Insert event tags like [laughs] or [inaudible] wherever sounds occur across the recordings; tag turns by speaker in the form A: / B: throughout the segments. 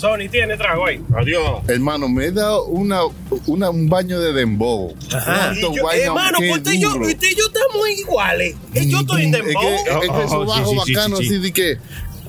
A: Sony tiene trago ahí. Adiós.
B: Hermano, me he dado una, una- un baño de dembow.
C: Ajá.
B: Tanto
A: Y yo-
B: vaina,
A: Hermano,
B: qué
A: pues usted y yo,
B: duro.
A: usted y yo estamos iguales. Y yo estoy en
B: Es
A: dembow.
B: que, es que eso
C: Oh, sí,
B: bajo
C: sí, sí,
B: bacano,
C: sí, sí.
B: así de que,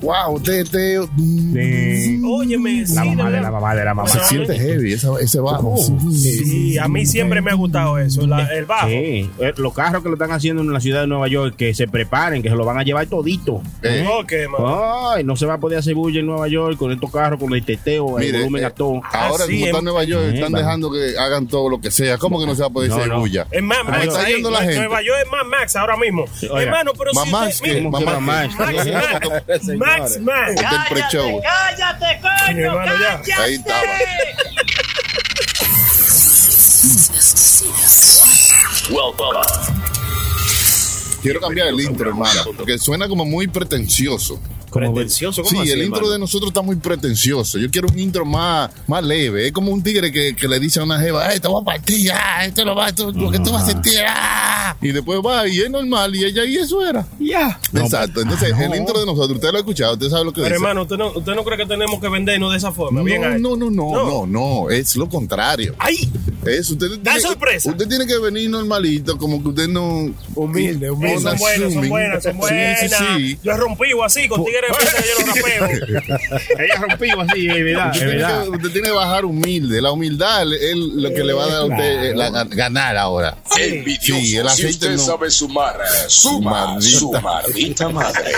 B: wow, usted, usted, uh, mm,
C: Sí. Ah,
A: Óyeme, sí,
C: La mamá
A: de
C: de la
A: verdad.
C: mamá de la mamá.
B: se siente heavy esa- ese
C: Oh,
B: bajo.
A: Sí, a mí siempre me ha gustado eso, la- el bajo.
C: Sí. Eh, Los carros que lo están haciendo en la ciudad de Nueva York, que se preparen, que se lo van a llevar todito.
B: Eh,
A: Ok, man.
C: Ay, no se va a poder hacer bulla en Nueva York con estos carros, con el teteo, el
B: Mire,
C: volumen
B: eh,
C: a todo.
B: Ahora,
A: Así
B: como está
A: es.
B: en Nueva York,
C: Eh,
B: están
C: vamos.
B: dejando que hagan todo lo que sea. ¿Cómo que no se va a poder
C: No,
B: hacer
C: no.
B: bulla?
A: Es más,
C: Ahí está
A: ahí,
B: yendo la gente.
A: Nueva York es más Max ahora mismo.
C: Oiga,
A: Hermano, pero si
B: mamá,
A: usted-
B: es que-
A: mire,
C: ¿Cómo que
B: mamá-
C: mamá?
B: [laughs]
A: Max, Max, Max,
C: Señores.
A: Max.
B: Este es el pre-show.
D: cállate,
A: Mi
D: coño,
A: hermano, ya.
D: cállate.
B: Ahí estaba. Quiero cambiar el intro, hermano, porque suena como muy pretencioso.
A: Pretencioso,
B: Sí,
A: ¿cómo así,
B: el intro
A: hermano?
B: de nosotros está muy pretencioso. Yo quiero un intro más, más leve. Es como un tigre que, que le dice a una jeva, "Ey, te voy a partir, ah, esto lo, va, esto, lo que tú vas a sentir. ah". Y después va y es normal y ella y eso era.
C: Ya.
B: Exacto. Entonces, el intro de nosotros, usted lo ha escuchado, usted sabe lo que
A: Pero
B: dice.
A: hermano, ¿usted no, usted no cree que tenemos que vendernos de esa forma.
B: No,
A: Bien ahí.
B: no, no, no,
A: No.
B: no, no, es lo contrario.
A: ¡Ay!
B: Es, usted
A: Da
B: tiene-
A: sorpresa.
B: Usted tiene que venir normalito, como que usted no.
C: Humilde, humilde.
B: on
A: son buenas, son
B: assuming.
A: buenas, son buenas.
B: Sí, sí, sí.
A: Yo he rompido así con tigres verdes, yo
B: [laughs]
A: los rapeo.
C: Ella rompió así, es verdad, es
B: Usted tiene,
C: verdad.
B: que, usted tiene que bajar humilde. La humildad es es lo que le va a dar a usted eh, la- ganar ahora.
E: Envidioso.
B: Sí,
E: si
B: el aceite
E: usted
B: no.
E: sabe sumar, eh, suma
B: Maldita.
E: su maldita madre.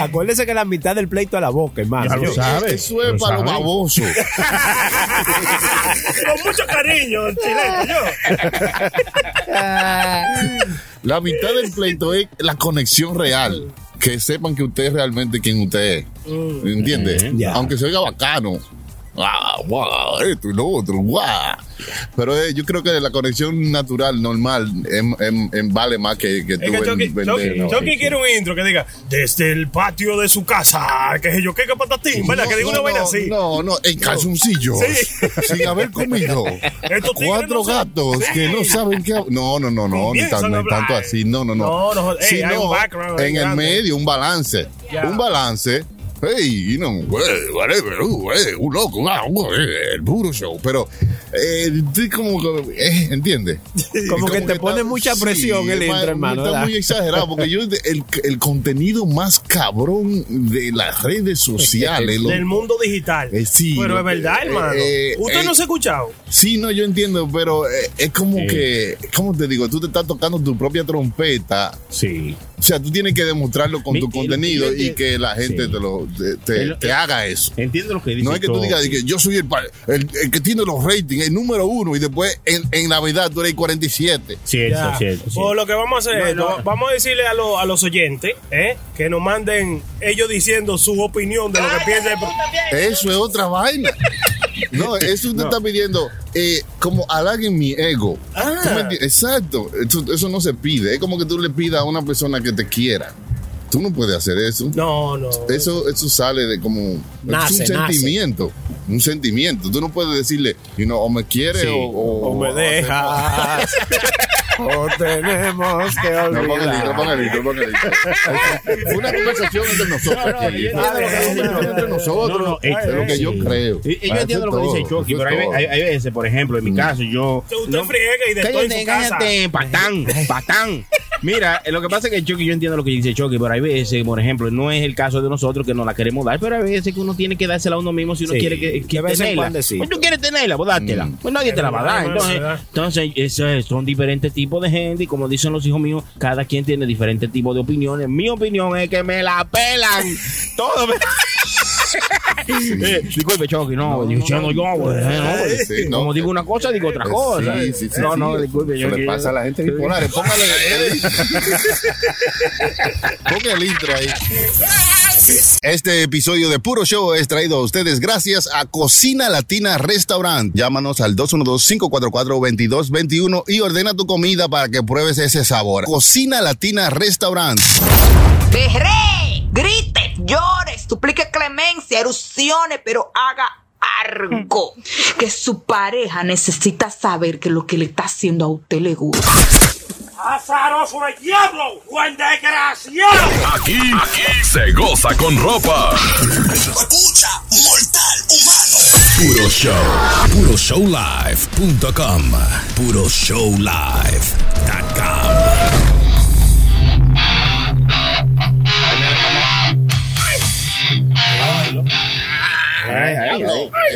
F: Acuérdese que la mitad del pleito a la boca,
C: Ya
F: hermano.
C: lo sabe.
B: Eso es
C: lo
B: para los
C: sabe.
B: babosos.
A: con mucho cariño, el chileno, yo.
B: La mitad del pleito es la conexión real. Que sepan que usted es realmente quien usted es. ¿Entiende?
F: Ya.
B: Aunque se oiga bacano. Ah, guau, esto y lo otro, guau. Pero eh, yo creo que la conexión natural, normal, em- em- em- vale más que, que tú
A: Es que
B: ven-
A: Chucky,
B: vender,
A: Chucky-
B: ¿no?
A: Chucky quiere un intro que diga desde el patio de su casa, que sé yo, que que patatín, ¿verdad? que diga una
B: no,
A: vaina así.
B: No, no, en calzoncillos.
A: Sí.
B: Sin
A: [laughs]
B: haber comido.
A: tigres
B: Cuatro
A: no saben-
B: gatos
A: Sí.
B: que no saben qué. No, no, no, no. Ni,
A: Comienzan
B: tan-
A: a
B: ni tanto
A: hablar.
B: así. No, no, no.
A: No, no, ey, hay un background ahí
B: en el
A: grande.
B: medio, un balance.
A: Ya.
B: Un balance. Hey, you know, eh, whatever, uh, eh, un loco, ah, uh, eh, el puro show. Pero, eh, estoy como que, eh, ¿entiendes?
F: Como que te pone mucha presión el
B: es
F: intro,
B: más,
F: hermano,
B: Está
F: ¿verdad?
B: muy exagerado, porque yo, el, el contenido más cabrón de
A: [laughs]
B: las redes sociales. lo-
A: Del mundo digital.
B: Eh, sí,
A: Pero es
B: lo que-
A: verdad,
B: eh,
A: hermano.
B: eh,
A: Usted
B: eh,
A: no se ha escuchado.
B: Sí, no, yo entiendo, pero eh, es como
C: Sí.
B: que, ¿cómo te digo? Tú te estás tocando tu propia trompeta.
C: Sí.
B: O sea, tú tienes que demostrarlo con
C: Mi-
B: tu
C: el-
B: contenido
C: el-
B: y que la gente
C: sí.
B: te, lo, te, te-
C: El-
B: te haga eso.
C: Entiendo lo que dice.
B: No es que tú digas de que yo soy el, pa- el, el que tiene los ratings, el número uno, y después en, en Navidad tú eres el 47.
C: Cierto,
A: Ya.
C: cierto.
A: Pues
C: cierto.
A: lo que vamos a hacer es,
C: No, no.
A: no, vamos a decirle a, lo- a los oyentes ¿eh? que nos manden ellos diciendo su opinión de lo que piensa el pro-
B: Eso es otra
C: [laughs]
B: vaina. No, eso usted está pidiendo eh, como halaguen mi ego.
A: Ah.
B: ¿Tú me enti- Exacto. Eso, eso no se pide. Es como que tú le pidas a una persona que te quiera. Tú no puedes hacer eso.
A: No, no.
B: Eso, eso sale de como
F: Nace,
B: es un
F: nace.
B: sentimiento, un sentimiento. Tú no puedes decirle, you know, o me quiere
C: Sí.
B: o, o-
A: Pues
F: O me dejas. [laughs] o tenemos que
B: No, pon el intro, pon
F: olvidar.
B: el intro, pon el intro.
C: [laughs]
B: Fue una conversación entre nosotros. aquí.
C: yo
B: Fue una
C: entiendo lo que
B: conversación
C: dice.
B: entre nosotros.
C: No, no,
B: es lo que
C: sí.
B: yo creo. Ah,
C: Y- y Yo entiendo lo que dice Chucky, pero hay, ve- hay- hay veces, por ejemplo,
B: Mm.
C: en mi caso, yo.
A: Usted
C: no-
A: friega y de todo en su
C: Cállate,
A: casa.
C: cállate, "Este, patán, patán. Mira, eh, lo que pasa es que Chucky, yo entiendo lo que dice Chucky, pero hay veces, por ejemplo, no es el caso de nosotros que nos la queremos dar, pero hay veces que uno tiene que dársela a uno mismo si uno
F: Sí,
C: quiere que, que
F: de vez en
C: tenerla.
F: cuando sí.
C: Pues tú quieres tenerla, pues dátela. Pues nadie te la va a dar.
A: Hermano,
C: Entonces,
A: ¿verdad?
C: entonces eso es, son diferentes tipos de gente y como dicen los hijos míos, cada quien tiene diferentes tipos de opiniones. Mi opinión es que me la pelan. Todo me... [laughs] Eh, disculpe, Chucky, no, digo, yo no, yo, güey, eh, no, güey.
B: Sí, no.
C: Como digo una cosa, digo otra cosa.
B: Eh, Sí, sí, sí,
C: no,
B: sí.
C: no, disculpe, yo
B: Eso le
C: que-
B: pasa a la gente
C: Sí.
B: bipolar. Póngale el, [laughs] Ponga el intro ahí. Este episodio de Puro Show es traído a ustedes gracias a Cocina Latina Restaurant. Llámanos al 212-544-2221 y ordena tu comida para que pruebes ese sabor. Cocina Latina Restaurant.
D: Berré, grite, llore, suplique clemencia, erupcione, pero haga algo que su pareja necesita saber que lo que le está haciendo a usted le gusta.
A: ¡Azaroso de diablo! ¡Buen desgraciado!
G: Aquí, aquí se goza con ropa.
H: puta, mortal, humano.
G: Puro Show. PuroShowLive.com. PuroShowLive.com.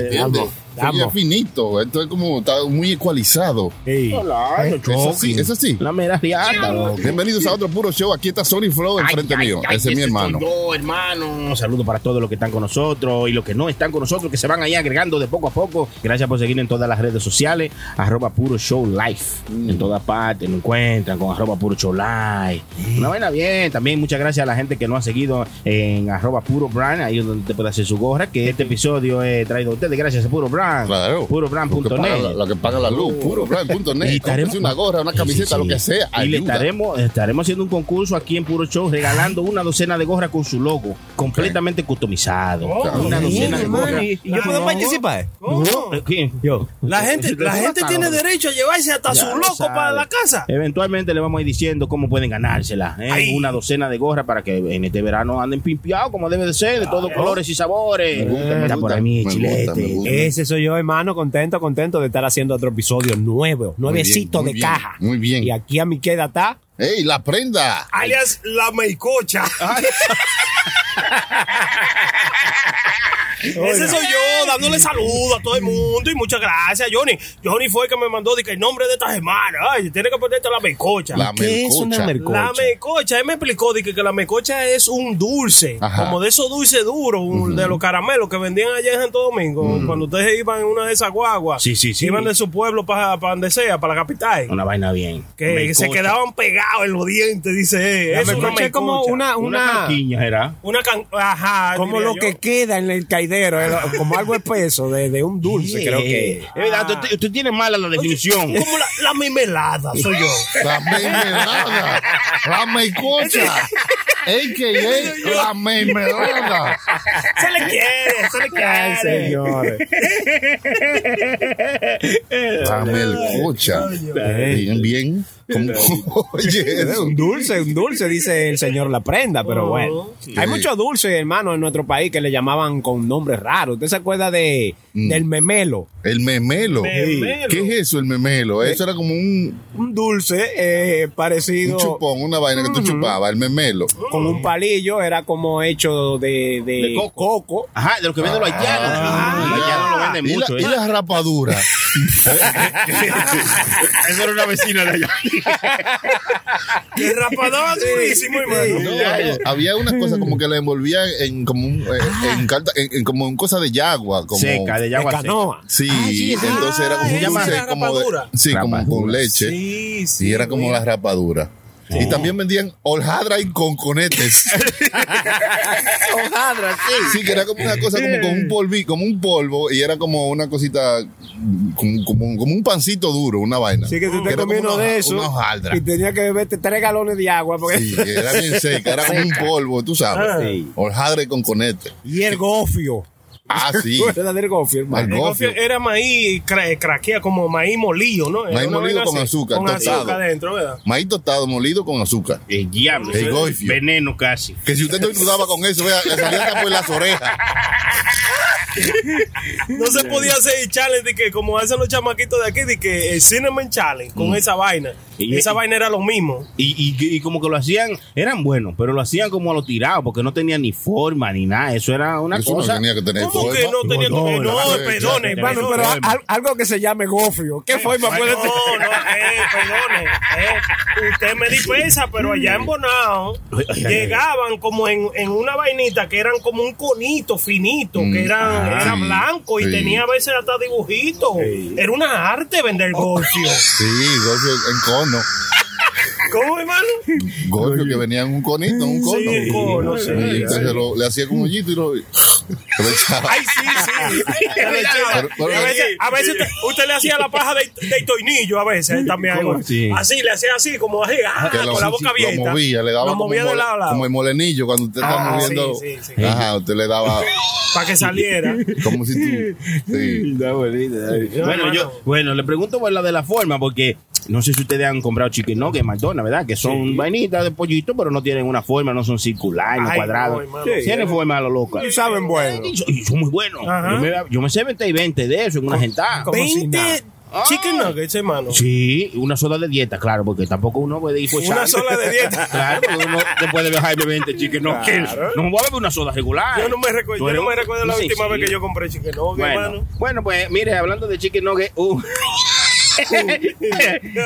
B: ¿Entiendes? Sería
F: vamos.
B: finito, esto es como está muy ecualizado.
A: Ey,
B: Es así, es así.
C: La mera riata. loco.
B: Bienvenidos a otro puro show. Aquí está Sony Flow enfrente
C: Ay, ay,
B: mío.
C: ay,
B: Ese es mi
C: ese
B: hermano.
C: soy yo, hermano. Un saludo para todos los que están con nosotros y los que no están con nosotros, que se van ahí agregando de poco a poco. Gracias por seguir en todas las redes sociales. Arroba Puro Show Life.
B: Mm.
C: En todas partes nos encuentran con arroba Puro Show Life.
B: Mm.
C: Una vaina bien. También muchas gracias a la gente que nos ha seguido en arroba Puro Brand, ahí es donde te puede hacer su gorra, que este episodio es traído a ustedes gracias a Puro Brand.
B: Claro. Lo que paga la-
C: PuroBrand.net.
B: lo que paga la luz.
C: Y
B: Purobrand.net.
C: estaremos-
B: Cómprese una gorra, una
C: Sí, sí,
B: camiseta,
C: sí.
B: lo que sea.
C: Y le
B: ayuda.
C: estaremos, estaremos haciendo un concurso aquí en Puro Show, regalando una docena de gorras con su logo, completamente customizado.
B: Claro.
C: Una docena de
H: hermano.
C: gorras.
H: ¿Y yo puedo participar?
A: ¿cómo?
C: Eh, ¿quién?
H: La gente, la gente tiene derecho a llevarse hasta su
C: Claro,
H: loco
C: sabe.
H: para la casa.
C: Eventualmente le vamos a ir diciendo cómo pueden ganársela. ¿eh?
H: Ay.
C: Una docena de gorras para que en este verano anden pimpiados como debe de ser, de todos colores y sabores.
B: Me gusta, me
C: Está por
B: gusta,
C: ahí mi
B: me
C: chilete. Eh,
B: gusta, me gusta.
F: Ese soy yo, hermano, contento, contento de estar haciendo otro episodio nuevo, nuevecito
B: muy
F: de
B: bien,
F: caja.
B: muy bien.
F: Y aquí a mi queda está.
B: ¡Ey, la prenda!
A: alias la
F: [laughs]
A: meicocha.
H: [laughs] Ese soy yo, dándole saludo a todo el mundo y muchas gracias, Johnny.
A: Johnny fue el que me mandó dije, el nombre de esta semana. Ay, tiene que ponerte la meicocha.
B: La
F: ¿Qué es una
B: melcocha.
F: mercocha?
A: La mecocha, él me explicó dije, que la mecocha es un dulce,
B: Ajá.
A: como de esos dulces duros, un- de los caramelos que vendían allá en Santo Domingo, cuando ustedes iban en una de esas guaguas,
C: Sí, sí, sí.
A: iban de su pueblo para donde sea, para la capital,
C: Una vaina bien.
A: que se quedaban pegados en los dientes, dice él.
F: La
A: es una
F: mercocha es como
A: melcocha.
F: una,
C: Una
F: una,
C: caquiña era.
A: Una can- Ajá,
F: como
A: diría
F: lo
A: yo.
F: que queda en el caidero, eh, lo- como algo espeso de, de un dulce, creo que.
C: Es verdad, usted, usted tiene mala la definición.
A: Como la, la
F: [laughs]
A: mimelada, soy yo.
B: La mermelada. La melcocha. A.K.A. la mermelada.
A: se le quiere, se le
F: [laughs] Ay,
A: quiere.
F: señores.
B: La melcocha. Bien, bien. Como- [laughs] Oye,
F: Es un dulce, un dulce, dice el señor La Prenda, pero
A: Oh,
F: bueno. Hay muchos dulces, hermano, en nuestro país que le llamaban con nombres raros. ¿Usted se acuerda de, del memelo?
B: el memelo.
A: Memelo.
B: ¿Qué es eso, el memelo? Eso era como un,
F: Un dulce eh,
B: un
F: parecido
B: chupón, una vaina que tú chupabas, el memelo.
F: con un palillo, era como hecho de, de,
C: De coco.
F: coco.
C: Ajá, de lo que venden los haitianos. los haitianos Ah. lo venden
B: Y la,
C: mucho.
B: y
C: ¿eh?
B: la rapadura.
C: Esa era una vecina de [laughs] allá.
A: Que rapadaba durísimo, hermano.
B: No, había- había unas cosas como que la envolvía en como un, eh, en, carta- en- en como en cosa de yagua, como
C: Seca, de
F: De
C: yagua seca.
F: canoa.
B: Sí, entonces era como
A: se
B: un
A: llama
B: dulce como de-
A: rapadura.
B: sí, como con
C: Rapadura.
B: leche.
A: Sí,
B: y era como la rapadura. Y también vendían holjadra y conconetes.
F: Hojadra,
B: Sí, que era como una cosa como con un polví, como un polvo, y era como una cosita, mm, como, como- como un pancito duro, una vaina.
F: Sí, que si usted
B: Era
F: comió
B: como
F: uno
B: una-
F: de esos
B: Una hojaldra.
F: y tenía que beberte tres galones de agua. Porque...
B: Sí, que era bien seca, era como un polvo, tú sabes.
C: Sí.
B: Holjadra y conconete.
F: Y el gofio.
B: Ah, sí.
F: Era del gofio, hermano.
B: Al
A: El gofio
B: gofio.
A: era maíz cra- craquea, como maíz molido, ¿no? Era
B: Maíz
A: una
B: molido
A: vaina
B: con
A: así,
B: azúcar,
A: Con
B: tostado.
A: azúcar adentro, ¿verdad?
B: Maíz tostado molido con azúcar.
C: El diablo.
B: El gofio.
C: Veneno casi.
B: Que si usted no inundaba con eso, vea, le salía hasta por las orejas.
A: No se podía hacer el challenge de que, como hacen los chamaquitos de aquí, de que el cinnamon challenge
B: Mm.
A: con esa vaina.
C: Y-
A: esa vaina era lo mismo.
C: Y, y- y como que lo hacían, eran buenos, pero lo hacían como a lo tirado, porque no tenían ni forma ni nada. Eso era una
B: Eso no
C: cosa.
B: tenía que tener
A: ¿Cómo
B: forma.
A: que no tenía
C: No,
A: que.?
C: no,
A: No,
B: no,
A: perdone,
C: no,
A: hermano,
F: Hermano, pero
A: perdone.
F: al- algo que se llame gofio. ¿Qué forma puede
A: no,
F: tener?
A: no, eh, perdone. eh, usted me dispensa, pero allá en Bonao
C: Ay, ay, ay.
A: llegaban como en, en una vainita que eran como un conito finito, que eran,
B: ah,
A: era
B: sí,
A: blanco y
B: sí.
A: tenía a veces hasta dibujitos. Era una arte vender
B: [laughs]
A: gofio.
B: Sí, gofio en cono.
A: ¿Cómo, hermano?
B: Gofio que venía en un conito, en un cono.
A: en cono, sí.
B: Y entonces lo- le hacía como un hoyito y lo. [laughs] lo echaba.
A: Ay, sí, [laughs] sí.
B: Pero- pero-
A: Y a veces, a veces te- usted le hacía la paja de, de toinillo a veces eh, también.
C: ¿Cómo
A: algo.
C: así?
A: Así, le hacía así, como así, ah,
B: que lo-
A: con la boca
B: lo
A: abierta.
B: movía, le daba
A: Lo
B: como,
A: movía
B: un
A: de
B: mole-
A: lado a lado.
B: como el molenillo cuando usted está
A: Ah,
B: moviendo.
A: sí, sí, sí.
B: Ajá, usted le daba
A: Para
B: [laughs]
A: que saliera.
B: como si tú. Sí.
C: [laughs] Bueno, yo, bueno, le pregunto por la de la forma, porque No sé si ustedes han comprado chicken nuggets en McDonald's, ¿verdad? Que son vainitas de pollito, pero no tienen una forma, no son circulares, no
A: Ay,
C: cuadrados.
A: no, hermano.
C: tienen forma a lo loca.
F: Tú sabes, bueno.
C: Y son- y son muy buenos.
A: Ajá.
C: Yo me, yo me sé 20 y 20 de eso en una gentada.
F: como si
A: 20
C: nada.
A: chicken
C: Ah.
A: nuggets, hermano.
C: Sí, una sola de dieta, claro, porque tampoco uno puede ir forzando.
A: Una
C: [laughs]
A: sola de
B: [laughs]
A: dieta.
C: Claro, porque uno después de viajar y beber 20 chicken nuggets. No voy a beber una soda regular.
A: Yo no me recuerdo,
C: Tú
A: yo
C: eres
A: no me
C: un-
A: recuerdo la
C: Sí,
A: última
C: sí.
A: vez que yo compré chicken nuggets,
C: Bueno,
A: hermano.
C: bueno, pues mire, hablando de chicken nuggets,
A: [laughs]
C: uh,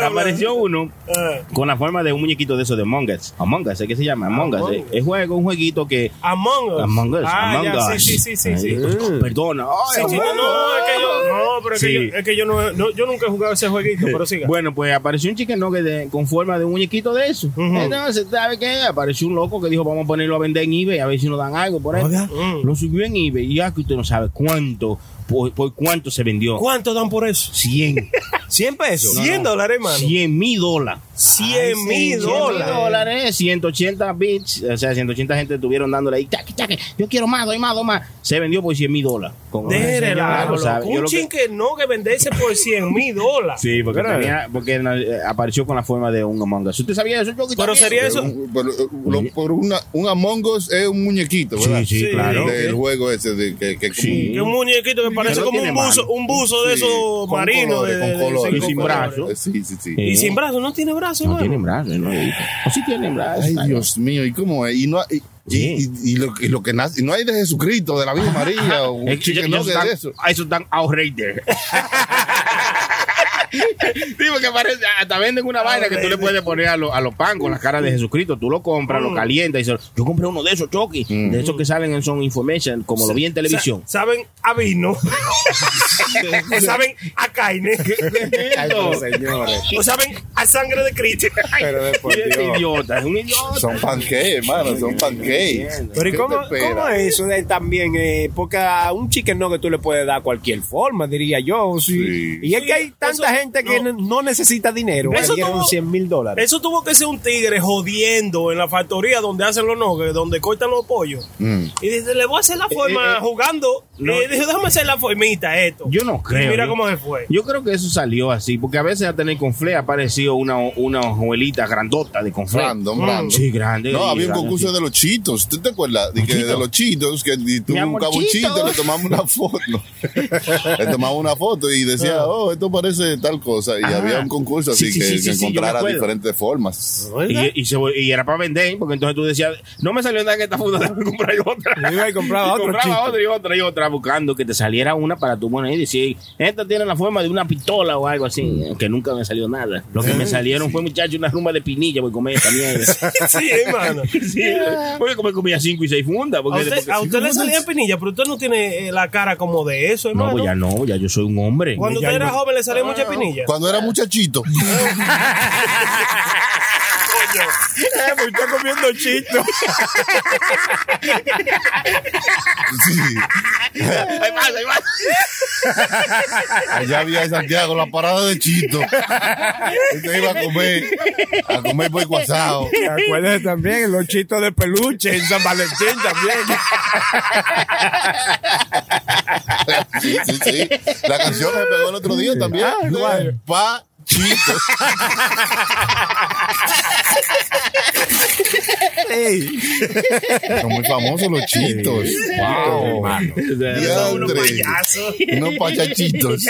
C: apareció uno
A: Ah.
C: con la forma de un muñequito de esos de Among Us. Among Us, ¿eh? ¿qué se llama? Among Us.
A: Among
C: ¿eh?
A: Us.
C: Es juego, un jueguito que...
A: Among Us.
C: Among Us,
A: Ah,
C: Among
A: ya,
C: Us.
A: sí, sí, sí, sí, sí.
C: Ay, Perdona. Ay,
A: Sí, sí,
C: Among
A: no, no,
C: Us.
A: es que yo, no, pero es que
C: Sí.
A: yo, es que yo no, no, yo nunca he jugado ese jueguito, pero siga.
C: Bueno, pues apareció un chicken nugget de- con forma de un muñequito de eso.
A: Ujú.
C: Entonces, ¿sabe qué? Apareció un loco que dijo, vamos a ponerlo a vender en eBay, a ver si nos dan algo por él.
A: Mm.
C: Lo subió en eBay y ya que usted no sabe cuánto, por, por cuánto se vendió.
A: ¿Cuánto dan por eso?
C: 100.
F: 100 pesos.
A: 100 dólares, hermano.
C: 100 mil dólares.
A: 100 mil
C: 100 mil
A: dólares.
C: dólares, 180 bits, o sea, 180 gente estuvieron dándole ahí, taque, taque, yo quiero más, doy más, doy más. Se vendió por 100 mil dólares. Con-
A: Dere la-
C: Claro, ¿sabe? Yo
A: Un
C: lo que-
A: chin que no que venderse por 100 mil dólares.
C: Sí, porque,
A: Pero-
C: tenía- porque eh, apareció con la forma de un Among Us. ¿Usted sabía eso? Yo que
A: Pero
C: también.
A: sería eso.
B: Un- pero, eh, lo- por una, un Among Us es un muñequito, ¿verdad?
C: Sí, sí,
A: Sí.
C: claro.
B: Del juego ese de, que, que
C: Sí.
A: Que un muñequito que parece
C: no
A: como
C: tiene
A: un buzo,
C: mano.
A: un buzo de
B: Sí,
A: esos
B: con
A: marinos.
B: colores,
A: de-
B: con
A: de- de-
B: colores.
A: con
C: Y sin
A: colores.
C: brazo.
B: como- Sí, sí, sí.
A: Y sin brazos, no tiene brazos,
C: No tiene
A: hermano.
C: brazos, no O sí tiene brazos.
B: Ay, Dios mío, ¿y cómo es? Y no hay, y,
C: Sí.
B: y- y lo, y lo que nace, y no hay de Jesucristo, de la Virgen María, o
C: Es que
B: chicken
C: ellos
B: nugget
C: están-
B: de eso.
C: a eso están outrated.
B: [laughs]
C: Sí, porque parece, hasta venden una vaina que tú le puedes poner a, lo- a los pan con la cara de
B: Mm.
C: Jesucristo. Tú lo compras, lo calientas y se lo- yo compré uno de esos, Chucky. De
B: Mm.
C: esos que salen en Son Information, como lo vi en televisión.
A: Sa- Saben a
C: [laughs]
A: vino. saben a carne.
F: Ay, pero señores.
A: o saben a sangre de Cristo.
F: Pero después,
C: Es un idiota, es un idiota.
B: Son pancakes, hermano, son pancakes.
F: Pero ¿y
B: ¿Qué
F: cómo,
B: te espera?
F: cómo es eso de también? eh, porque a un chicken nugget tú le puedes dar cualquier forma, diría yo. sí.
B: Sí.
F: Y es que hay tanta
A: Eso-
F: gente que no,
A: no.
F: no necesita dinero.
A: Eso
F: Quieren
A: tuvo-
F: 100 mil dólares.
A: Eso tuvo que ser un tigre jodiendo en la factoría donde hacen los nuggets, donde cortan los pollos.
B: Mm.
A: Y dice, le voy a hacer la forma
C: eh, eh.
A: jugando.
C: No.
A: Y dijo, déjame hacer la formita a esto.
C: Yo no creo.
A: Y mira
C: yo-
A: cómo se fue.
C: Yo creo que eso salió así, porque a veces a tener confle ha aparecido una, una hojuelita grandota de confle.
B: Random, random.
C: Sí, grande.
B: No,
C: y
B: había un
C: grande,
B: concurso
C: sí.
B: de los chitos. ¿Tú te acuerdas? De, que de los chitos, que y tú
C: Mi amor,
B: buscabas un chito,
C: chito.
B: le tomamos una foto. le tomamos una foto y decía, oh, esto parece tal cosa. Y
C: Ah.
B: había un concurso
C: Sí,
B: así
C: sí,
B: que,
C: sí, sí,
B: que
C: sí, yo me
B: encontrara
C: acuerdo.
B: diferentes formas.
C: Y, y se vol- y era para vender, porque entonces tú decías, no me salió nada en esta [laughs] foto, déjame comprar otra.
F: Yo iba y compraba otro chiste.
C: otra [laughs] y otra y otra, buscando que te saliera una para tu poner y decir, esta tiene la forma de una pistola o algo así,
F: Mm.
C: que nunca me salió nada. Lo
F: Eh,
C: que me salieron fue, muchachos, una rumba de pinilla, porque comía esa mierda.
F: [laughs]
C: [laughs]
A: sí, hermano.
C: sí, porque comía, comía cinco y seis fundas.
A: A
C: Porque,
F: Ah,
A: usted,
C: porque-
A: a usted le salía pinilla, pero usted no tiene eh, la cara como de eso,
C: no,
A: hermano.
C: pues ya no, ya yo soy un hombre.
A: Cuando
C: Ya
A: usted era
C: no-
A: joven le salía mucha pinilla.
B: Cuando
C: Ah.
B: era muchachito.
F: está comiendo
C: [laughs]
F: chito.
B: Sí.
C: Ahí más, ahí más.
B: Allá había en Santiago la parada de chito. Usted iba a comer, a comer buen guasado.
F: Acuérdate también los chitos de peluche en San Valentín también.
B: Sí, sí, sí. La canción que pegó el otro día también.
F: Ah, igual.
B: Pa chito.
F: [laughs] Ey,
B: Son muy famosos los chitos.
F: [laughs]
B: Wow.
F: hermano.
B: Diandre.
A: Unos payasos.
B: Unos pachachitos.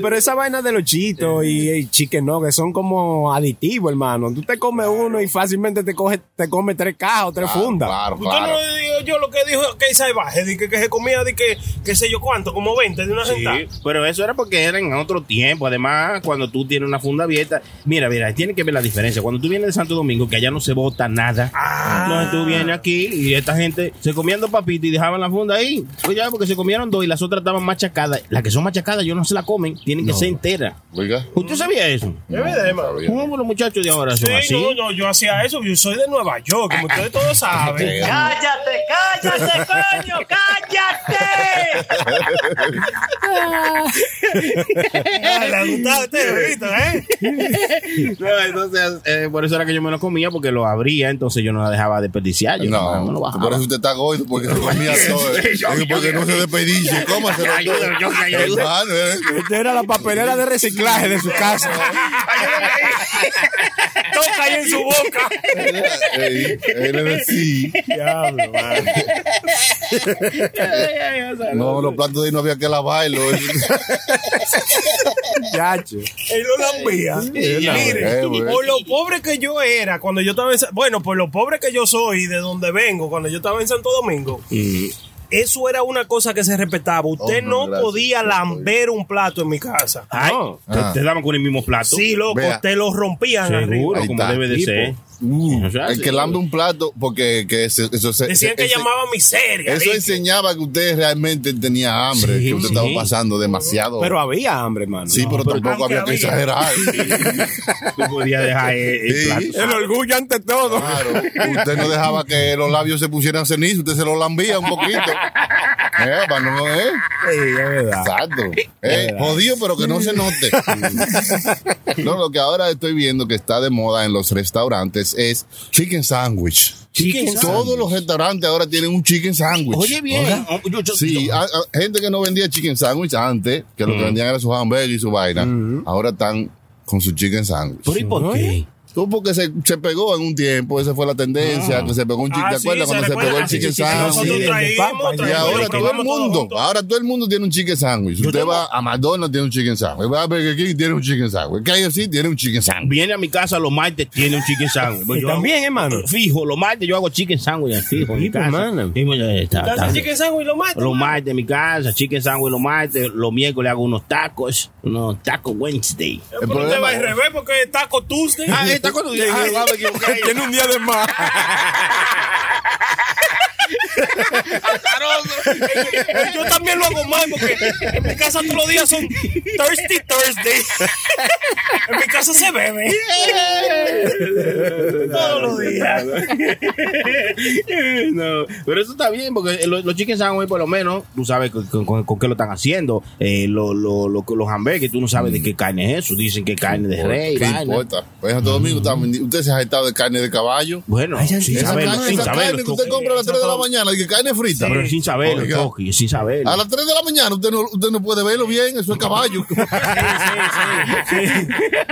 F: Pero esa vaina de los chitos y, y chicken nuggets son como aditivos, hermano. Tú te comes uno y fácilmente te coge, te comes tres cajas o tres fundas.
B: Claro,
A: Usted
B: claro.
A: no le digo yo lo que dijo que salvaje, de que, que se comía de que, qué sé yo cuánto, como 20 de una
C: Sí,
A: sentada.
C: pero eso era porque era en otro tiempo. Además, cuando tú tienes una funda abierta, mira, mira, tiene que ver la diferencia. Cuando tú vienes de Santo Domingo, que allá no se bota nada. Entonces tú vienes aquí y esta gente se comiendo papita y dejaban la funda ahí. Pues ya, porque se comieron dos y las otras estaban machacadas. Las que son machacadas, yo no se la comen, tienen que ser enteras.
B: Oiga.
C: ¿Usted sabía eso?
A: Es verdad, hermano.
C: ¿Cómo los muchachos de ahora
A: Sí,
C: son así? Ah,
A: no, no, yo hacía eso, yo soy de Nueva
F: [laughs]
A: York, como ustedes todos saben.
B: [laughs]
D: Cállate, cállate, coño, cállate.
A: [laughs]
H: Le gustaba este bebito, ¿eh?
C: No, entonces, eh, por eso era que yo me lo comía, porque lo abría, entonces yo no la dejaba desperdiciar. Yo "Ah, no, me lo
B: No,
C: bajaba.
B: por eso usted está gordo, porque se
C: [laughs]
B: comía todo. eh. Es Porque no se despedice, cómaselo.
C: Ayuda, yo, ayuda.
B: [laughs] Hermano, eh.
F: Esta era la papelera de reciclaje de su casa.
H: Todo caía en su boca.
B: Ey, ey, sí.
A: Diablo, mano.
B: No, los platos de ahí no había que lavarlos.
F: Chacho.
A: Él lo lambía. Mire,
B: eh, güey.
A: por lo pobre que yo era cuando yo estaba en. Sa- Bueno, por lo pobre que yo soy de donde vengo, cuando yo estaba en Santo Domingo. Eso era una cosa que se respetaba. Usted
C: Oh,
B: no,
A: no,
B: gracias.
A: podía lamber un plato en mi casa.
C: Ay, te,
B: Ah.
C: te daban con el mismo plato.
A: Sí, loco,
B: Vea.
A: te lo rompían arriba.
C: seguro,
B: Ahí
C: como
B: está.
C: debe de
B: Tipo.
C: ser.
B: Uh,
C: O sea,
B: el que
C: sí.
B: lambe un plato, porque que ese- eso se.
A: Decían que
B: ese-
A: llamaba miseria.
B: Eso
A: dije.
B: enseñaba que usted realmente tenía hambre, que usted estaba pasando demasiado.
F: Pero había hambre, hermano.
B: sí, pero tampoco
A: aunque
B: había que
A: había.
B: exagerar.
C: Tú podías dejar el, el
B: Sí.
C: plato.
F: El orgullo ante todo.
B: Claro, usted no dejaba que los labios se pusieran ceniza, usted se los lambía un
C: [laughs]
B: poquito. Eh, para no, eh.
F: Sí, es verdad.
B: Exacto. Eh, jodido, pero que no se note. No, lo que ahora estoy viendo que está de moda en los restaurantes es chicken sandwich.
C: Chicken
B: Todos los restaurantes ahora tienen un chicken sandwich.
C: Oye, bien. Oh, Yo- yo- Mm.
B: Sí, a- a- gente que no vendía chicken sandwich antes, que lo que vendían era su hamburguesas y su vaina, ahora están con su chicken sandwich.
C: ¿Pero y Mm. por qué?
B: Tú porque se, se pegó en un tiempo, esa fue la tendencia, que se pegó un chicken,
A: Ah,
B: ¿te
A: sí,
B: acuerdas
A: se
B: cuando se
A: recuerda.
B: pegó el
A: Ah, sí,
B: chicken
A: sí, sí,
B: sandwich?
A: Nosotros
F: Sí, el de
A: traímos,
F: papa. Y
B: Y
A: traímos,
B: ahora
A: lo
B: todo el
A: probamos todos
B: mundo,
A: juntos.
B: ahora todo el mundo tiene un chicken sandwich. Usted va a McDonald's, tiene un chicken sandwich. Va a Burger King, tiene un chicken sandwich. KFC, tiene un chicken sandwich.
C: Viene a mi casa los martes, tiene un chicken sandwich. Pues
F: Y
C: yo hago-
F: también, hermano.
C: Fijo, los martes yo hago chicken sandwich así, fijo, en mi
F: pues,
C: casa.
F: mano.
C: Y, bueno, está-
A: Te hace
C: está-
A: chicken sandwich y lo mata.
C: Los
A: mano.
C: martes en mi casa, chicken sandwich los martes, los miércoles hago unos tacos, unos tacos Wednesday.
A: Pero usted
B: problema
A: va al
B: es-
A: revés porque es taco Tuesday.
C: cuando dije, ah, me equivoqué.
F: Tiene un día de más.
A: Yo también lo hago mal porque en mi casa todos los días son Thirsty Thursday. En mi casa se bebe. Todos los días.
C: [laughs] No, pero eso está bien, porque los, los chicken sandwich, por lo menos, tú sabes con, con- con- con qué lo están haciendo. Eh, lo- lo- lo- los hamburgues, tú no sabes de qué carne es eso. Dicen que carne de rey.
B: ¿Qué
C: vaina.
B: importa? Pues a todo domingo,
A: Mm.
B: está vendi- usted se ha jetado de carne de caballo.
C: Bueno, sin
B: Esa
C: saberlo,
B: carne,
C: sin
B: esa
C: saberlo.
B: carne que usted
C: Toki.
B: compra a las 3 de la mañana, y que carne frita.
C: Pero sin saberlo,
B: Oiga.
C: Toki, sin saberlo.
B: A las 3 de la mañana usted no, usted no puede verlo bien, eso es
C: [laughs]
B: caballo.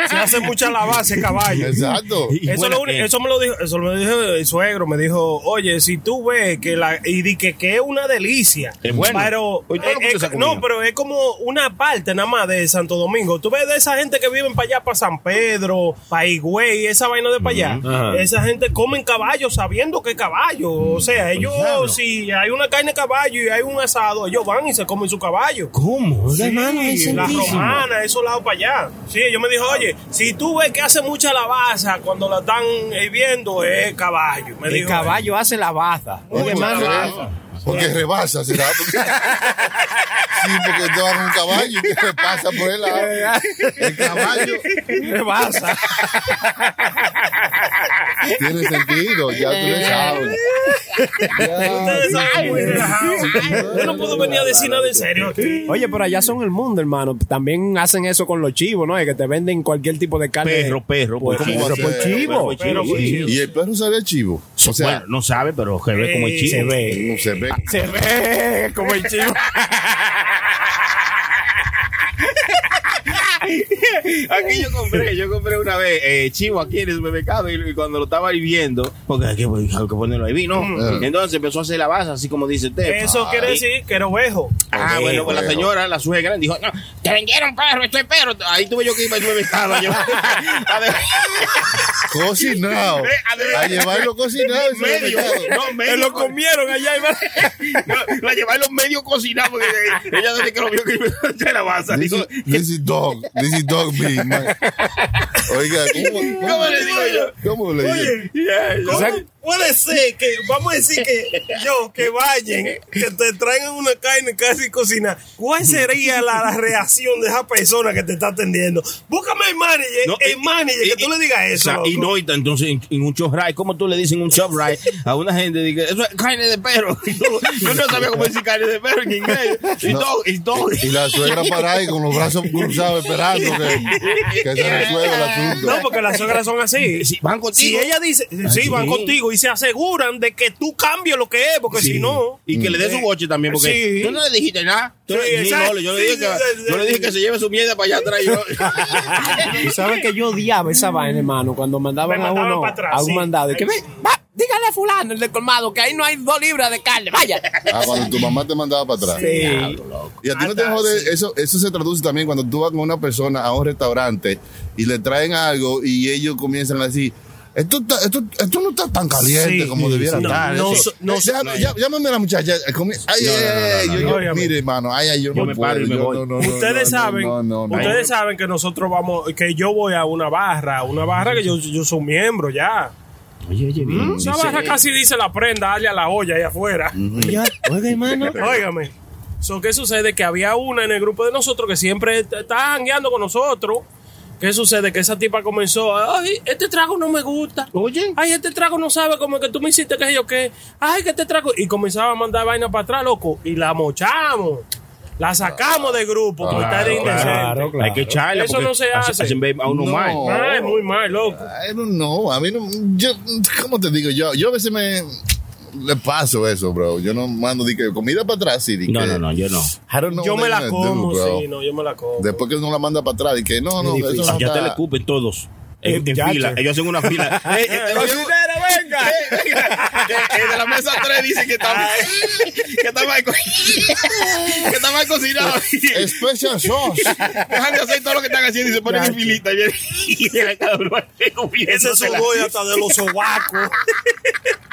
A: Se hace mucha lavaza ese caballo.
B: Exacto.
C: Y
A: Eso,
C: buena
A: lo único-
C: que-
A: eso me lo dijo, eso me lo dijo el suegro, me dijo, oye, si tú ves que la, y di que, que es una delicia,
C: Es bueno. Pues
A: pero
C: Oye, todo lo que
A: eh,
C: usted se
A: eh,
C: ha comido.
A: no, pero es como una parte nada más de Santo Domingo. Tú ves de esa gente que viven para allá, para San Pedro, para Higüey, esa vaina de para allá.
F: Ajá.
A: Esa gente comen caballo sabiendo que es caballo. O sea,
C: Pues
A: ellos, si hay una carne de caballo y hay un asado, ellos van y se comen su caballo.
C: ¿Cómo?
A: Sí, la romana, esos lados para allá. Sí, yo me dijo, oye, si tú ves que hace mucha lavaza cuando la están hirviendo, es caballo. Me
F: El
A: dijo,
F: caballo hace la baza.
B: Oye,
F: Oye,
B: ¿por qué?
C: ah,
F: hermano.
C: eh.
B: Porque rebasa, será. [laughs] sí, porque usted va con un caballo que le pasa por el lado. El caballo
F: Rebasa.
B: tiene sentido, ya tú le sabes.
A: Ustedes saben, muy relajados. Yo no puedo venir a decir nada en serio aquí.
F: Oye, pero allá son el mundo, hermano. También hacen eso con los chivos, ¿no? Es que te venden cualquier tipo de carne.
C: Perro, perro.
F: Pues,
C: ¿cómo
F: perro,
C: va a ser?
F: pues, chivo.
A: Pero,
C: sí.
A: pues,
B: Y el perro sabe a chivo. O sea,
C: Bueno, no sabe, pero se ve como el
A: Eh,
C: chivo.
A: se
F: ve.
B: no se ve.
F: Se ve como el chivo.
C: Aquí yo compré, yo compré una vez eh, chivo aquí en el supermercado y, y cuando lo estaba hirviendo, porque hay que, hay que ponerlo ahí, vino. Entonces empezó a hacer la base, así como dice usted.
A: Mm. Eso quiere decir que eres ovejo.
C: Ah, bueno, pues la señora, la suegra, dijo, no, te vendieron perro, estoy perro. Ahí tuve yo que ir para el supermercado. yo. [laughs] A [laughs] ver,
B: Cocinado. A llevarlo cocinado. y se lo
C: medio,
B: dejaron.
C: no, medio. lo comieron allá. la llevaron medio cocinado porque ella desde que lo vio que iba a hacer la base.
B: This
C: Dijo,
B: is, this is dog. This is dog meat, man. Oiga, ¿cómo,
C: ¿Cómo le digo yo?
B: ¿Cómo le digo?
C: "Yeah, yo".
F: O sea,
A: puede ser que, vamos a decir que yo, que vayan, que te traigan una carne casi cocinada. ¿Cuál sería la, la reacción de esa persona que te está atendiendo? Búscame el manager,
C: No,
A: el
C: y-
A: manager,
C: y-
A: que tú
C: y-
A: le digas eso.
C: Exacto. Y
A: loco.
C: no, y t- entonces en, en un shop ride, ¿cómo tú le dices en un shop ride a una gente? Dice, eso es carne de perro. [laughs] Y Yo, yo no sabía cómo decir carne de perro
A: [laughs]
C: en inglés. Y
B: No.
C: dog, y dog.
B: Y la suegra para ahí con los brazos cruzados esperando que, que se resuelva el asunto.
A: No, porque las suegras son así.
C: Si van
A: Si
C: contigo.
A: ella dice, sí, van
C: sí.
A: contigo y se aseguran de que tú cambies lo que es, porque
C: Sí.
A: si no.
C: Y que le dé su boche también, porque
A: Mm. Sí.
C: tú no le dijiste nada. Tú
A: Sí,
C: le- sí,
A: exacto.
C: no, yo le
A: Sí,
C: dije
A: sí,
C: que,
A: sí,
C: yo le
A: sí.
C: dije que se lleve su mierda para allá atrás.
A: [laughs]
C: y yo-
F: Tú sabes que yo odiaba esa vaina, hermano, cuando mandaban,
A: Me mandaban
F: a uno
A: para atrás,
F: a un
A: sí.
F: mandado. Y que,
A: Ahí
F: "Ve,
A: sí.
F: va, dígale a fulano, el del colmado, que ahí no hay dos libras de carne, vaya.
B: Ah, cuando tu mamá te mandaba para atrás. Y a ti no te
A: Anda,
B: jode,
A: sí.
B: eso, eso se traduce también cuando tú vas con una persona a un restaurante y le traen algo y ellos comienzan a decir, esto, está- esto, esto no está tan caliente
A: Sí,
B: como
A: sí,
B: debiera
A: sí. No,
B: estar.
A: no,
B: Eso-
A: no,
B: Eh, déjame- ya- Llámame a la muchacha. eh, comi- Ay, ay, ay,
A: no,
B: yo- yo-
A: no,
B: Mire, hermano, ay, ay, yo,
C: Yo
B: no
C: me
B: puedo.
C: paro y me
B: yo
C: voy.
B: no, no, no, no, no,
A: ustedes saben,
B: no, no, no.
A: ustedes saben que nosotros vamos, que yo voy a una barra, una barra que yo, yo soy miembro ya.
C: Oye, oye, bien.
A: Esa barra casi dice la prenda, dale a la olla ahí afuera.
F: Oiga, hermano.
A: Óigame. So, ¿Qué sucede? Que había una en el grupo de nosotros que siempre est- está jangueando con nosotros. ¿Qué sucede? Que esa tipa comenzó, ay, este trago no me gusta.
C: Oye.
A: Ay, este trago no sabe como que tú me hiciste que yo qué. Ay, que este trago. Y comenzaba a mandar vaina para atrás, loco. Y la mochamos. La sacamos del grupo. por estar indecente.
F: claro, claro.
C: Hay que echarle.
A: Eso
C: porque
A: no se
C: así-
A: hace.
C: así ve a uno
B: No.
C: mal.
A: Ay, muy mal, loco.
B: I don't know. A mí no. Yo, ¿Cómo te digo? Yo, yo a veces me. Le paso eso, bro. Yo no mando di que comida para atrás. Sí, di
C: No,
B: que-
C: no, no, yo no.
B: I don't know
A: Yo
B: what
A: me
B: I'm
A: la
B: gonna
A: como,
B: do, bro.
A: sí, no, yo me la como.
B: Después que uno la manda para atrás, y que no, no, eso no
C: ya te le
B: está.
C: escupen todos. En, en
F: Muchacho.
C: fila. Ellos hacen una
A: [laughs]
C: fila. Eh, eh,
F: Cocinero, venga.
C: eh, de la mesa 3 dice que está, [laughs] que está mal co- [laughs] que está mal
A: [laughs]
C: cocinado.
B: Special
C: [laughs]
B: sauce.
C: Dejan de hacer todo lo que están haciendo y se ponen en filita. Y, [laughs] y se la cada uno
A: Ese sudor hasta de
F: [laughs]
A: los sobacos.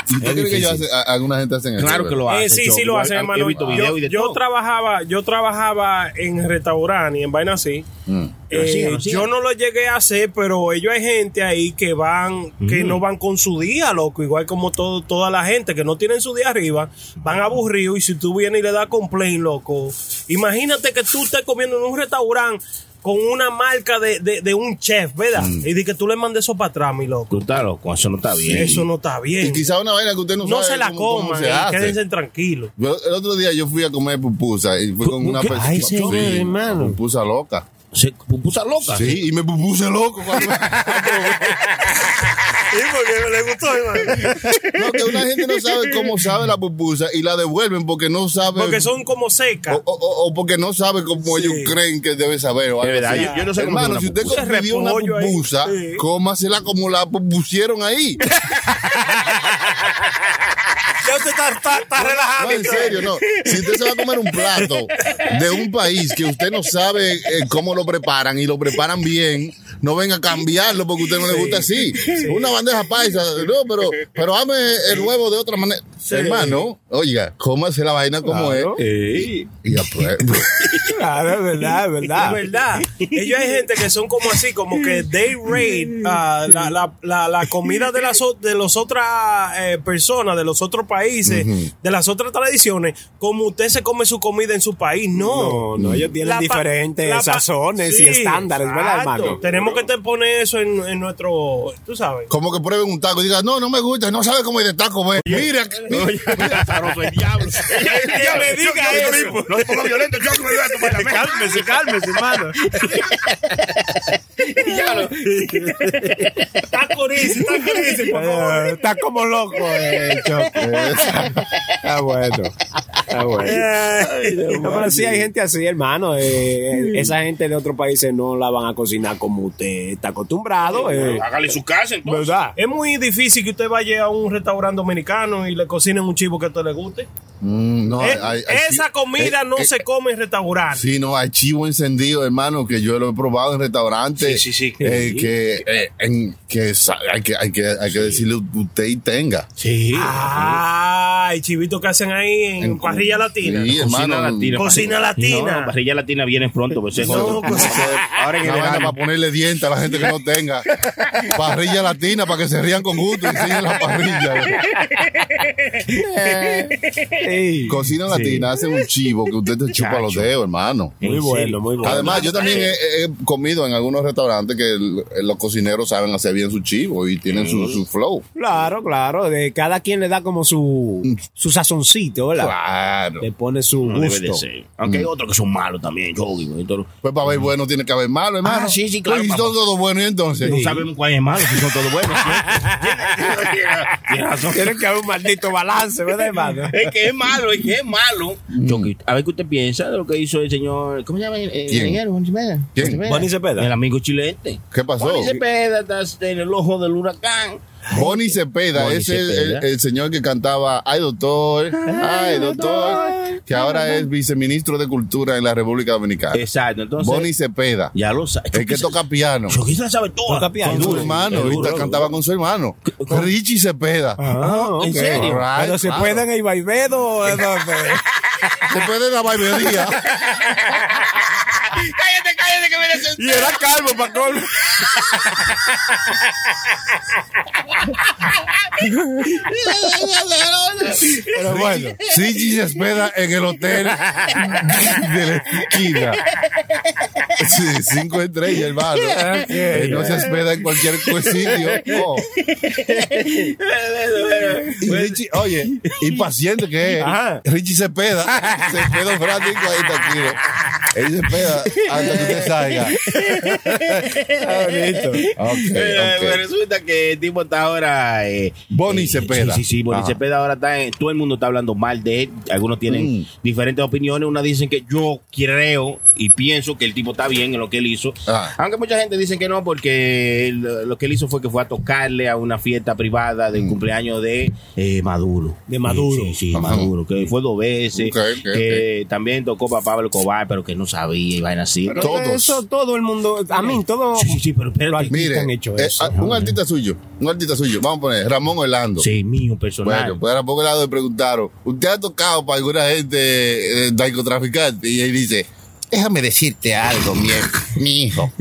B: ¿Tú crees que yo hace, a- alguna gente hace eso?
C: Claro que lo hace.
A: Eh, sí,
C: yo-
A: sí lo
C: yo
A: hacen,
C: he- He
A: hermano.
C: visto
A: Yo,
C: videos y de
A: yo
C: todo.
A: trabajaba, yo trabajaba en restaurante y en vaina así.
C: Mm.
A: Eh,
C: Sigan,
A: yo
C: sigan.
A: no lo llegué a hacer, pero ellos hay gente ahí que van,
C: Mm.
A: que no van con su día, loco. Igual como todo, toda la gente que no tienen su día arriba, van aburridos y si tú vienes y le das complaint, loco. Imagínate que tú estés comiendo en un restaurante con una marca de, de- de un chef, ¿verdad? Y de que tú le mandes eso para atrás, mi loco.
C: Mm. Tú estás loco, eso no está bien.
A: Eso no está bien.
B: Y quizá una vaina que usted no,
A: no
B: sabe
A: se la
B: cómo- cómo
A: coman,
B: se
A: eh,
B: hace.
A: quédense tranquilos.
B: Yo- El otro día yo fui a comer pupusa y fui con una
C: ¿Qué?
B: persona.
C: Ay, señor,
F: hermano.
B: Pupusa loca.
C: Se pupusa loca.
B: Sí, y me puse loco. cuando-
A: [laughs] Sí, porque le gustó, hermano.
B: no, que una gente no sabe cómo sabe la pupusa y la devuelven porque no sabe.
A: Porque son como secas.
B: O, o- o- o porque no sabe cómo
A: Sí.
B: ellos creen que debe saber. o
C: Es
B: algo
C: verdad,
B: así.
C: yo- yo no sé cómo
B: Hermano,
C: hacer
B: si
C: una
B: usted
A: pupusa.
B: pidió una
A: Repollo ahí.
B: pupusa,
A: Sí.
B: cómasela como la pusieron ahí.
A: Ya usted está, está, está relajado.
B: No, en serio, no. Si usted se va a comer un plato de un país que usted no sabe eh, cómo lo preparan y lo preparan bien, no venga a cambiarlo porque a usted no le gusta así. Una bandeja paisa, no, pero, pero hame el huevo de otra manera. Hermano, oiga, cómase la vaina como es.
C: Ey.
B: Y pues, apue-
F: Claro, es verdad, es
A: La
F: verdad. [laughs]
A: verdad. Ellos hay gente que son como así, como que they raid ah, la, la, la, la comida de las o- de los otras eh, personas, de los otros países, de las otras tradiciones, como usted se come su comida en su país. No.
F: No, no, ellos tienen
A: La pa-
F: diferentes
A: la pa-
F: sazones y
A: Sí,
F: estándares, ¿verdad,
A: exacto.
F: hermano?
A: Tenemos que te poner eso en, en nuestro. Tú sabes.
B: Como que prueben un taco y digan, no, no me gusta, no sabe cómo ir de taco. pues, ve. Mira, mira,
C: Oye, azaroso
A: [laughs]
C: el diablo.
A: Ella me diga eso.
C: No se ponga violento, yo me voy a tomar la
F: Pues
A: Cálmese,
C: mesa.
A: cálmese, hermano. Está corizo, está corizo, por favor.
F: [laughs] Eh, está como loco, eh, Choco. Está bueno. Está bueno. No, pero sí hay gente así, hermano. eh, esa gente de otros países no la van a cocinar como usted está acostumbrado. eh,
C: Hágale su casa entonces.
F: ¿Verdad?
A: Es muy difícil que usted vaya a un restaurante dominicano y le cocinen un chivo que a usted le guste.
B: Mm, no,
A: Eh,
B: hay- hay-
A: esa comida
B: eh,
A: no
B: eh,
A: se come en restaurantes.
B: Sí, no, hay chivo encendido, hermano, que yo lo he probado en restaurantes.
H: Sí, sí, sí.
B: eh, Que, eh, en- que sa- hay que, hay que, hay que decirle usted y tenga.
C: Sí.
A: Ay, chivito que hacen ahí en,
B: En-
A: parrilla latina.
B: Sí, hermano.
A: Cocina latina.
C: No, parrilla latina viene pronto. Pues,
A: No,
C: eso-
A: cocina-
C: Ahora en el
B: Una vaina
C: verano.
B: para ponerle dientes a la gente que no [laughs] tenga. Parrilla latina para que se rían con gusto y enseñen la parrilla. Cocina latina, hacen un chivo que usted te chupa los dedos, hermano.
C: En
F: Muy bueno,
C: serio.
F: muy bueno.
B: Además, yo también he, he comido en algunos restaurantes que el- los cocineros saben hacer bien su chivo y tienen su, su flow.
F: Claro, claro. De cada quien le da como su, su sazoncito, ¿verdad?
B: Claro.
F: Le pone su
C: No debe de
F: gusto.
C: ser. Aunque
B: Mm.
C: hay otros que son malos también, Yogi. pues, entonces,
B: Pues para ver bueno tiene que haber malo, hermano.
C: Ah, sí, sí, claro,
B: Y
C: papá.
B: todo, todo bueno, y entonces.
C: No sabemos cuál es malo, si son todos
B: [laughs]
C: buenos. [laughs] Tienes razón.
F: Tiene que haber un maldito balance, ¿verdad, hermano?
C: Es que es malo, es que es malo.
B: Mm.
C: Yogi, a ver qué usted piensa de lo que hizo el señor. ¿Cómo se llama? Eh,
B: ¿Quién?
C: reguero, Juan Cepeda.
B: ¿Quién?
C: Juan Cepeda.
F: Bonnie Cepeda.
C: El amigo chilete.
B: ¿Qué pasó?
C: Juan Cepeda está en el ojo del huracán.
B: Bonnie Cepeda,
C: Bonnie
B: ese es el-
C: Cepeda.
B: el, señor que cantaba Ay doctor, ay doctor, que ahora es viceministro de Cultura en la República Dominicana.
C: Exacto, entonces.
B: Bonnie Cepeda,
C: ya lo sabe.
B: el que toca piano.
C: Yogi se la sabe toda.
F: Toca piano.
B: Con
C: Es
B: su
C: duro,
B: hermano,
C: es duro,
B: ahorita
C: es
B: cantaba con su hermano. Richie Cepeda.
F: Ah,
C: ¿en
F: ok.
C: serio?
B: Alright,
F: Pero se
B: claro.
F: pueden ir Baibedo. entonces.
B: Después de la barbería.
C: [laughs] Cállate, cállate, que viene
F: y era calvo, para colmo.
B: Pero bueno, Richie Cepeda en el hotel de la esquina. Sí, cinco estrellas, hermano. Él no se hospeda en cualquier sitio. Oh. Richie, oye, impaciente que es.
F: Ajá.
B: Richie se peda. Se peda un ratico ahí tranquilo. Él se peda hasta que usted salga.
F: Está bonito.
C: Eh, pues
B: Ok, ok.
C: Resulta que el tipo está ahora. Eh,
B: Bonnie Cepeda.
C: Sí, sí, sí. Bonnie
B: Ajá.
C: Cepeda ahora está. En, todo el mundo está hablando mal de él. Algunos tienen
B: Mm.
C: diferentes opiniones. Unas dicen que yo creo y pienso que el tipo está bien en lo que él hizo.
B: Ah.
C: Aunque mucha gente dice que no, porque él, eh, lo que él hizo fue que fue a tocarle a una fiesta privada
B: Mm.
C: del cumpleaños de eh, Maduro.
F: De Maduro.
C: Sí, sí, sí,
B: Ajá.
C: Maduro. Que fue dos veces.
B: Ok, ok,
C: que También tocó para Pablo Cobar, pero que no sabía y vaina así.
B: Pero- Todos.
F: Eso todo el mundo, a mí, todo.
C: Sí, sí, sí, pero espérate.
F: Lo artistas
B: Mire,
F: han hecho
B: eh,
F: eso.
B: ah, un artista suyo, un artista suyo, vamos a poner Ramón Orlando.
C: Sí, mío personal.
B: Bueno, pues a poco lado le preguntaron, ¿usted ha tocado para alguna gente eh, narcotraficante? Y él dice, déjame decirte algo, mi, mi hijo.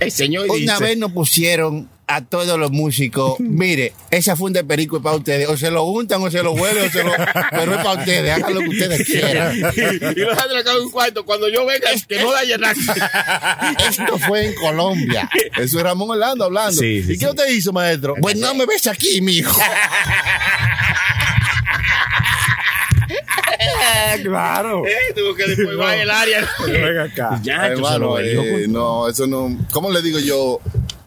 C: el señor
B: Una
C: dice-
B: vez nos pusieron a todos los músicos, mire, esa funda de perico es para ustedes, o se lo untan, o se lo huelen, o se lo... pero es para ustedes, hagan lo que
C: [laughs]
B: ustedes quieran.
C: y los han en un cuarto. Cuando yo venga, que no la llenas.
B: [laughs] Esto fue en Colombia. Eso es Ramón Orlando hablando.
C: Sí, sí,
B: ¿Y qué usted hizo, maestro? Pues no me ves aquí, mi hijo.
F: claro.
C: Tuvo que después va el área.
F: Venga acá.
C: Ya, Ah, entonces
B: Hermano,
C: lo
B: eh,
C: valió, pues.
B: no, eso no. ¿Cómo le digo yo?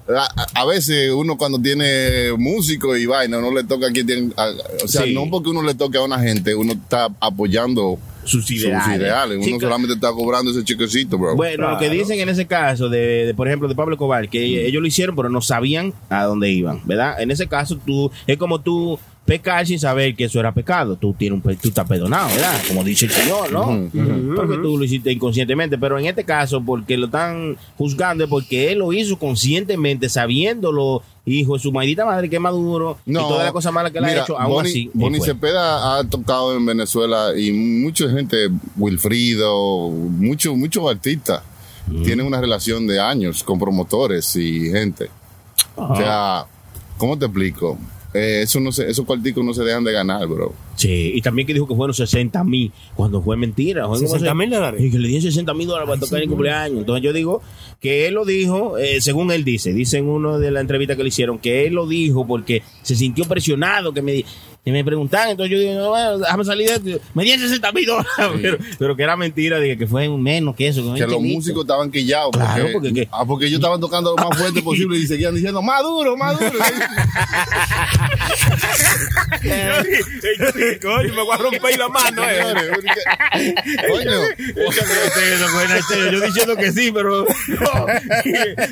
B: La- a- a veces uno cuando tiene músico y vaina, no le toca a quien tiene. a- o sea,
C: Sí.
B: no porque uno le toque a una gente, uno está apoyando
C: Sus ideales.
B: sus ideales. Uno
C: Sí, claro.
B: solamente está cobrando ese chiquecito, bro.
C: Bueno, lo que dicen en ese caso, de, de, por ejemplo, de Pablo Cobar, que ellos lo hicieron, pero no sabían a dónde iban, ¿verdad? En ese caso, tú es como tú pecar sin saber que eso era pecado. Tú, tienes un, pe- tú estás perdonado, ¿verdad? Como dice el Señor, ¿no? Porque tú lo hiciste inconscientemente, pero en este caso, porque lo están juzgando, es porque él lo hizo conscientemente, sabiéndolo, hijo de su maldita madre que es maduro, y toda la cosa mala que le ha
B: mira,
C: hecho, aún
B: Bonnie-
C: así. él
B: Bonnie
C: fue.
B: Cepeda ha tocado en Venezuela y mucha gente, Wilfrido, muchos muchos artistas, tienen una relación de años con promotores y gente. O sea, ¿cómo te explico? Eh, eso no se, esos cuarticos no se dejan de ganar, bro.
C: Sí, y también que dijo que fueron 60 mil, cuando fue mentira. Fue como
F: 60 mil
C: se-
F: dólares.
C: Y que le dieron 60 mil dólares para tocar en el cumpleaños. Entonces yo digo que él lo dijo, eh, según él dice, dice en una de las entrevistas que le hicieron, que él lo dijo porque se sintió presionado, que me, di- que me preguntaban. Entonces yo digo, no, bueno, déjame salir de esto. Me dieron 60 mil dólares, pero, pero que era mentira, dije que fue menos que eso. Que,
B: Que
C: 20
B: los
C: mil.
B: músicos estaban quillados
C: Claro,
B: porque,
C: porque que-
B: ah, porque ellos estaban tocando lo más fuerte posible y seguían diciendo más duro, más
C: [laughs]
B: duro. [laughs]
F: Coño, me voy a romper la mano, eh.
B: Señores, porque- Coño,
C: Yo creo que, bueno, en serio, yo diciendo que sí, pero no.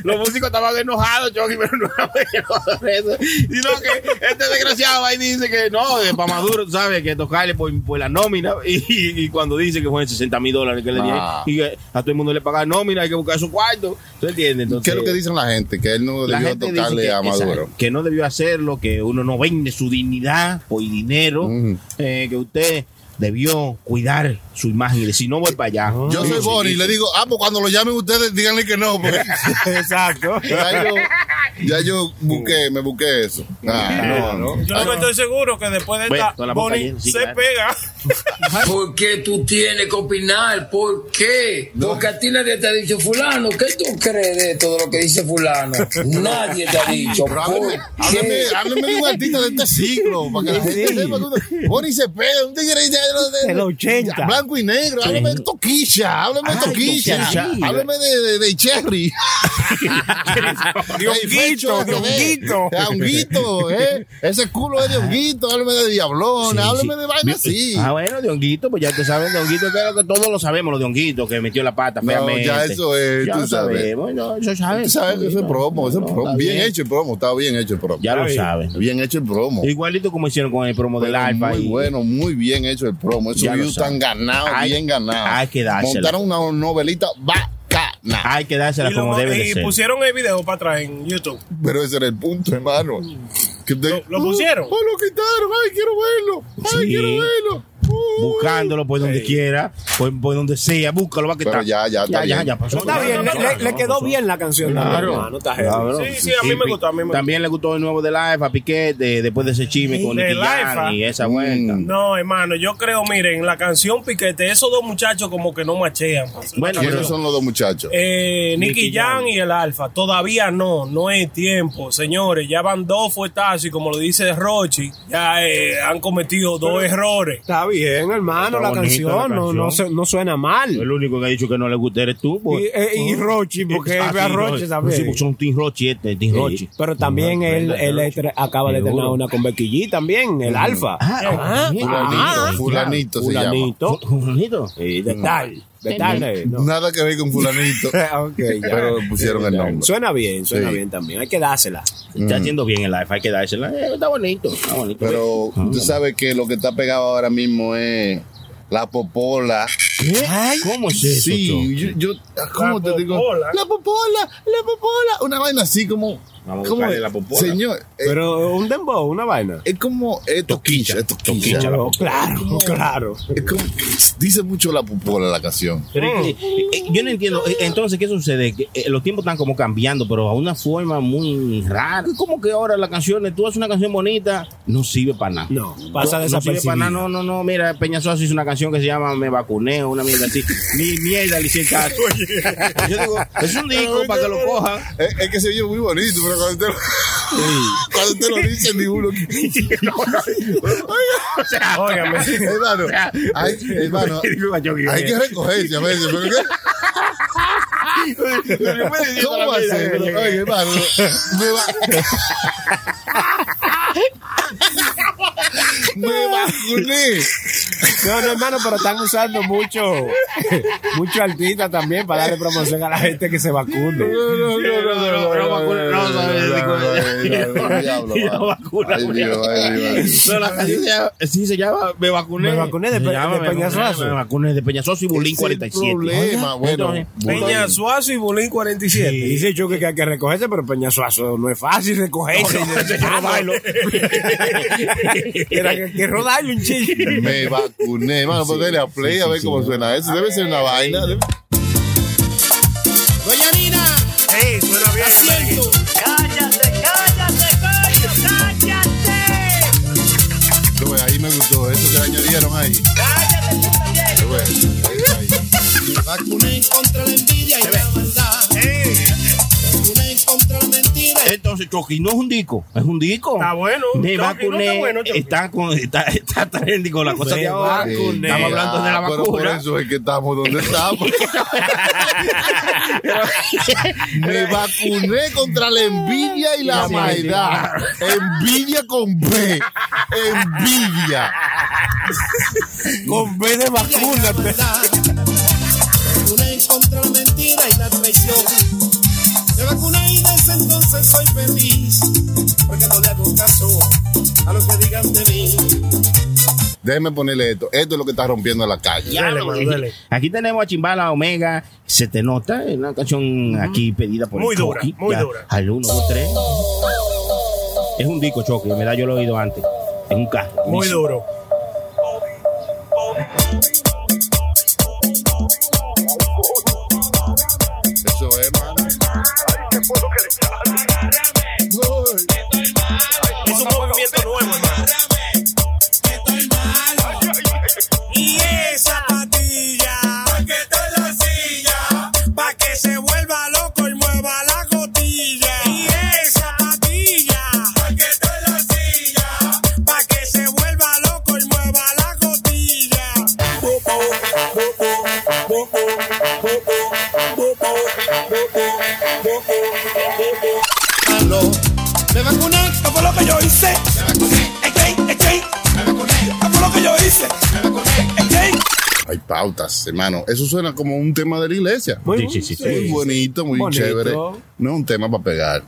C: los músicos estaban enojados, Chucky, pero no era eso. Sino que este desgraciado ahí dice que no, No, de pa' Maduro, tú sabes, que tocarle por, por la nómina. Y, y cuando dice que fue 60 mil dólares que le dieron,
B: Ah.
C: y que a todo el mundo le pagan nómina, hay que buscar su cuarto. ¿Tú entiendes? Entonces,
B: ¿Qué es lo que dicen la gente? Que él no
C: la
B: debió
C: gente dice
B: tocarle
C: que-
B: a Maduro.
C: exacto, que no debió hacerlo, que uno no vende su dignidad por dinero,
B: Mm.
C: eh, que usted debió cuidar su imagen. Y si no voy para allá.
B: Yo soy Boris y le digo, ah, pues cuando lo llamen ustedes, díganle que no.
C: [laughs]
B: porque
F: Exacto.
B: ya, yo, ya yo busqué, me busqué eso. Ah, no, no.
H: Yo no me estoy seguro que después de
C: Bueno,
H: esta,
C: con la boca
H: Bonnie
C: llena, sí,
H: se
C: claro.
H: pega.
G: ¿Por qué tú tienes que opinar? ¿Por qué? Porque a ti nadie te ha dicho, fulano, ¿qué tú crees de todo lo que dice
B: [laughs]
G: fulano? Nadie te ha dicho.
B: Pero hábleme,
G: ¿por qué?
B: hábleme, hábleme de un artista de este siglo. Para que la gente sepa que uno- Boris Cepeda, un tigre ya de los- de-
F: Del 80.
B: Blanco y negro. Hábleme de Toquilla. Hábleme de Toquilla.
C: Toquilla.
B: Hábleme de, de, de Cherry.
H: [laughs] De
B: Ey, Fecho,
H: honguito, de
B: que ve.
H: honguito.
B: De honguito, ¿eh? Ese culo es de honguito. Hábleme de Diablona. hábleme de vaina así.
C: Ah, bueno, de honguito, pues ya te saben, de honguito, que es lo que todos lo sabemos, lo de honguito, que metió la pata.
B: No,
C: feamente.
B: ya eso es,
C: Ya
B: tú
C: lo
B: sabes.
C: sabemos, no, eso sabes.
B: Tú sabes que ese es promo, ese es
C: No,
B: promo.
C: está
B: Bien
C: bien.
B: hecho el promo, estaba bien hecho el promo.
C: Ya lo sabes.
B: Bien hecho el promo.
C: Igualito como hicieron con el promo del
B: Pero
C: Alfa.
B: muy
C: y-
B: bueno, muy bien hecho el promo. Esos
C: Ya lo
B: views
C: sabe.
B: están ganados,
C: Hay-
B: bien ganados.
C: hay que dársela.
B: Montaron una novelita bacana.
C: Hay que dársela
H: Y, lo
C: como
H: ma-
C: debe de
H: y
C: ser.
H: pusieron el video para atrás en YouTube.
B: Pero ese era el punto, hermano. Que te-
H: Lo- lo pusieron.
B: Oh, lo quitaron. Ay, quiero verlo. Ay,
C: Sí.
B: quiero verlo. Uh.
C: Buscándolo por donde quiera, por, por donde sea, búscalo, va que
B: Pero
C: está.
B: ya, ya, está
C: ya, ya,
B: bien.
C: ya pasó.
F: Está bien, le, le- le quedó bien la canción.
C: Claro.
F: No, no está heavy.
C: Claro.
H: Sí, sí, a mí me gustó, a mí me
C: También le gustó el nuevo de Life a Piqué, de- después de ese chisme con
H: De
C: Nicky Jam
H: Life,
C: y esa vuelta.
B: Mm.
H: No, hermano, yo creo, miren, la canción Piquete, esos dos muchachos como que no machean.
C: Bueno, pero-
B: ¿Quiénes son los dos muchachos?
H: Eh, Nicky
C: Nicky
H: Jam
C: Jam.
H: y el Alfa, todavía no, no es tiempo, señores, ya van dos fuetazos y como lo dice Rochi, ya eh, han cometido dos errores.
F: Está bien, hermano,
C: Está
F: la
C: bonita
F: canción,
C: la
F: No, no,
C: canción.
F: su- no suena mal.
C: El único que ha dicho que no le gusta eres tú.
F: Y,
C: pues.
F: eh, y Rochi, porque
C: Ah,
F: ve a
C: sí,
F: Rochi
C: Rochi.
F: también.
C: Sí, porque son Team Rochi, este, Team
F: Sí,
C: Rochi.
F: Pero también
C: Ajá,
F: él,
C: Brenda
F: él
C: Rochi.
F: estrenar- acaba de tener
C: Seguro.
F: una con Becky G también, el Eh, Alfa.
C: Ah,
F: Ajá.
B: Fulanito, fulanito se llama.
F: Fulanito.
C: Fulanito.
F: Sí, de tal, de tal. eh, no.
B: Nada que ver con
C: [laughs]
B: fulanito.
F: Ok, ya.
B: Pero pusieron el nombre.
F: eh. Suena bien, suena
B: Sí.
F: bien también. Hay que dársela.
B: Mm.
C: Está haciendo bien el live, hay que dársela. Eh, está bonito, está bonito.
B: Pero tú
C: Ah.
B: sabes que lo que está pegado ahora mismo es la popola.
C: ¿Qué? ¿Cómo es eso?
B: Sí, yo, yo- ah, ¿cómo
H: La
B: te digo?
H: popola.
B: La popola, la popola. Una vaina así como.
C: Vamos a
B: como
C: buscarle la popola.
B: Señor, eh,
F: Pero un dembow, una vaina.
B: es como. Es toquilla, es toquilla.
C: Toquilla. la
F: Claro,
C: popola.
F: claro, claro.
B: Es como- dice mucho la popola la canción.
C: Pero es que, eh, eh, yo no entiendo. Eh, Entonces, ¿qué sucede? Que, eh, los tiempos están como cambiando, pero a una forma muy rara. Como que ahora las canciones, tú haces una canción bonita, no sirve para nada.
F: No, pasa
C: no sirve
F: desapercibida.
C: para nada. No, no, no. Mira, Peñasoso hizo una canción que se llama Me vacuné, una mierda
F: [laughs]
C: así. Ni mierda le hicieron [laughs] caso. Yo digo, es un disco para que lo cojan.
B: Es, es que se oye muy bonito, pero cuando te lo, cuando te lo dicen, ni uno.
C: [laughs] O sea,
H: Óigame.
B: hermano, hay, [laughs] hermano, hay que recogerse a veces. Pero
C: [laughs]
B: ¿qué? ¿Cómo va a ser? Oye, hermano, me va. Me vacuné.
F: No, no, hermano, pero están usando mucho, [laughs] mucho artista también para darle promoción a la gente que se vacune.
B: No, no, no, no, no,
C: No,
B: no,
C: vacuna, no, sabes, digo,
B: no, no, no,
C: [laughs]
B: diablo,
C: no,
B: mano.
C: vacuna,
B: Ay, Dios, ay,
F: [laughs]
B: Dios.
C: No, la canción se llama, sí se llama Me vacuné.
F: Me vacuné de
C: Se
F: Pe-
C: llama
F: de
C: Me vacuné,
F: Peñasoso.
C: Me vacuné de Peñasoso y Bulín
B: Ese
C: 47.
B: problema, bueno,
C: Entonces,
B: bueno.
H: Peña Suazo y Bulín 47.
F: Dice Chucky que hay que recogerse, pero Peña Suazo no es fácil recogerse.
C: No, no, ese yo no bailo.
F: Era que, que rodarle un chiste.
B: Me vacuné, mano, pues dale a play a ver cómo suena eso. Debe ser una vaina. debe-
H: Ey, suena bien.
B: Yo, Ahí me gustó, eso que le añadieron ahí. Yo, bueno, ahí, ahí. Me vacuné.
C: Entonces, Chucky, no es un disco, es un disco.
H: Está bueno.
C: Me
H: Chucky, no está
C: vacuné.
H: bueno, Chucky.
C: está, con, está, está trendy con la cosa
F: Me
C: de ahora.
F: vacuné.
C: Estamos hablando de la
B: Ah, pero por
C: vacuna.
B: eso es que estamos donde estamos. [laughs] Me vacuné contra la envidia y la
C: Sí,
B: maldad. Envidia con B. Envidia.
F: Con B de vacúnate.
I: entonces soy feliz, porque no le hago caso a lo que digan de mí.
B: déjeme ponerle esto. Esto es lo que está rompiendo la calle.
C: Ya,
A: Dale,
C: güey.
A: mano, dale.
C: Aquí tenemos a Chimbala Omega, se te nota, es una canción aquí pedida por
A: Muy
C: el
A: dura,
C: Chucky,
A: muy
C: ya,
A: dura.
C: Al 1, 2, 3. Es un disco Chucky, en verdad yo lo he oído antes. Es un carro.
A: Muy duro.
B: Eso es, mano.
A: Es un movimiento nuevo, hermano. Y esa patilla, pa' que está en la silla, pa' que se vuelva loco y mueva la cotilla. Y esa patilla, pa' que está en la silla, pa' que se vuelva loco y mueva la cotilla.
I: Me vacuné, esto fue lo que yo hice. Me vacuné. Ey, ey, ey. Me vacuné. Esto fue lo que yo hice. Me vacuné. Ey, ey.
B: Hay pautas, hermano. Eso suena como un tema de la iglesia.
C: Sí, sí, sí. sí.
B: muy bonito, muy
F: Bonito.
B: chévere. No es un tema para
C: [laughs]
B: pegar.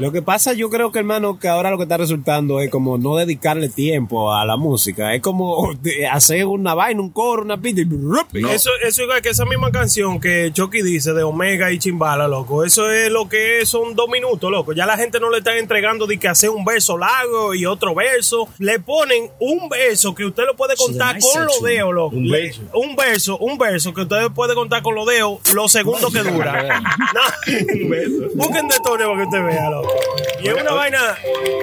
F: Lo que pasa, yo creo que hermano, que ahora lo que está resultando es como no dedicarle tiempo a la música. Es como de- hacer una vaina, un coro, una pita y ¡rup!
B: No.
A: Eso, eso igual que esa misma canción que Chucky dice de Omega y Chimbala, loco. Eso es lo que es, son dos minutos, loco. Ya la gente no le está entregando de que hacer un verso largo y otro verso. Le ponen un verso que usted lo puede contar con los dedos, loco.
C: Un
A: Le-
C: verso.
A: un verso, un verso que usted puede contar con los dedos los segundos que dura. No, un verso. [laughs] Busquen de Tony para que usted vea, loco. Y es una vaina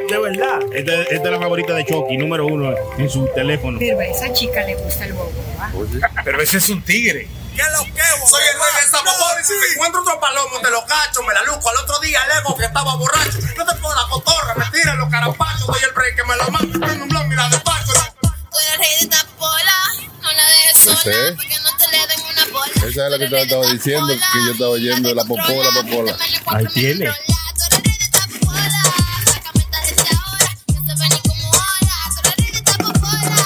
A: de verdad.
C: Esta, esta es la favorita de Chucky, número uno en su teléfono.
J: Pero a esa chica le gusta el bobo. ¿ah? ¿va?
H: Pero ese es un tigre.
I: ¿Qué es lo que es? Soy el rey del zapopón y si te encuentro otro palomo te lo cacho, me la luco al otro día el ego que estaba borracho. No te pongo la cotorra, me tiran los carapachos, soy el rey que me lo mando, tengo un blog, mira despacho.
K: Tú eres rey de esta pola, no la dejes sola,
B: Ese.
K: porque no te le den una bola.
B: Esa es la que
K: Tú
B: te
K: eres
B: estaba
K: rey de
B: diciendo,
K: esta
B: que yo estaba
K: pola,
B: oyendo,
K: no
B: la
K: te
B: popola,
K: controla,
B: popola.
K: te pone cuatro,
C: Ahí
K: me
C: tiene.
K: controla. Tú eres rey de esta pola, sácame esta desde ahora, no se ve ni cómo ora. Tú eres rey de esta popola, cómetela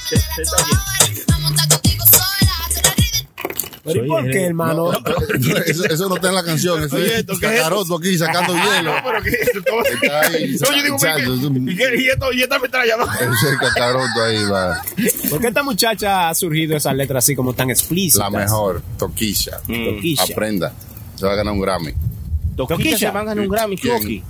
K: tú ahora, vamos a estar contigo sola. Tú eres rey de
F: Pero
C: Soy
F: ¿y por
C: el-
F: qué, hermano?
B: eso, eso no está en la canción. Eso
C: Oye,
B: es
C: esto, ¿qué es
B: cacaroto aquí sacando hielo.
C: pero que esto todo-
B: Está ahí,
C: No, yo digo,
B: chacho, es un-
C: ¿y qué- y esto- y esta metralla, ¿no?
B: Ese es el cacaroto ahí va.
F: ¿Por qué esta muchacha ha surgido esas letras así como tan
B: La
F: explícitas?
B: mejor, Toquilla.
C: Mm.
F: Toquilla.
B: Aprenda. Se va a ganar un Grammy.
C: Toquilla se van a ganar un Grammy,
B: ¿Quién?
C: Chucky.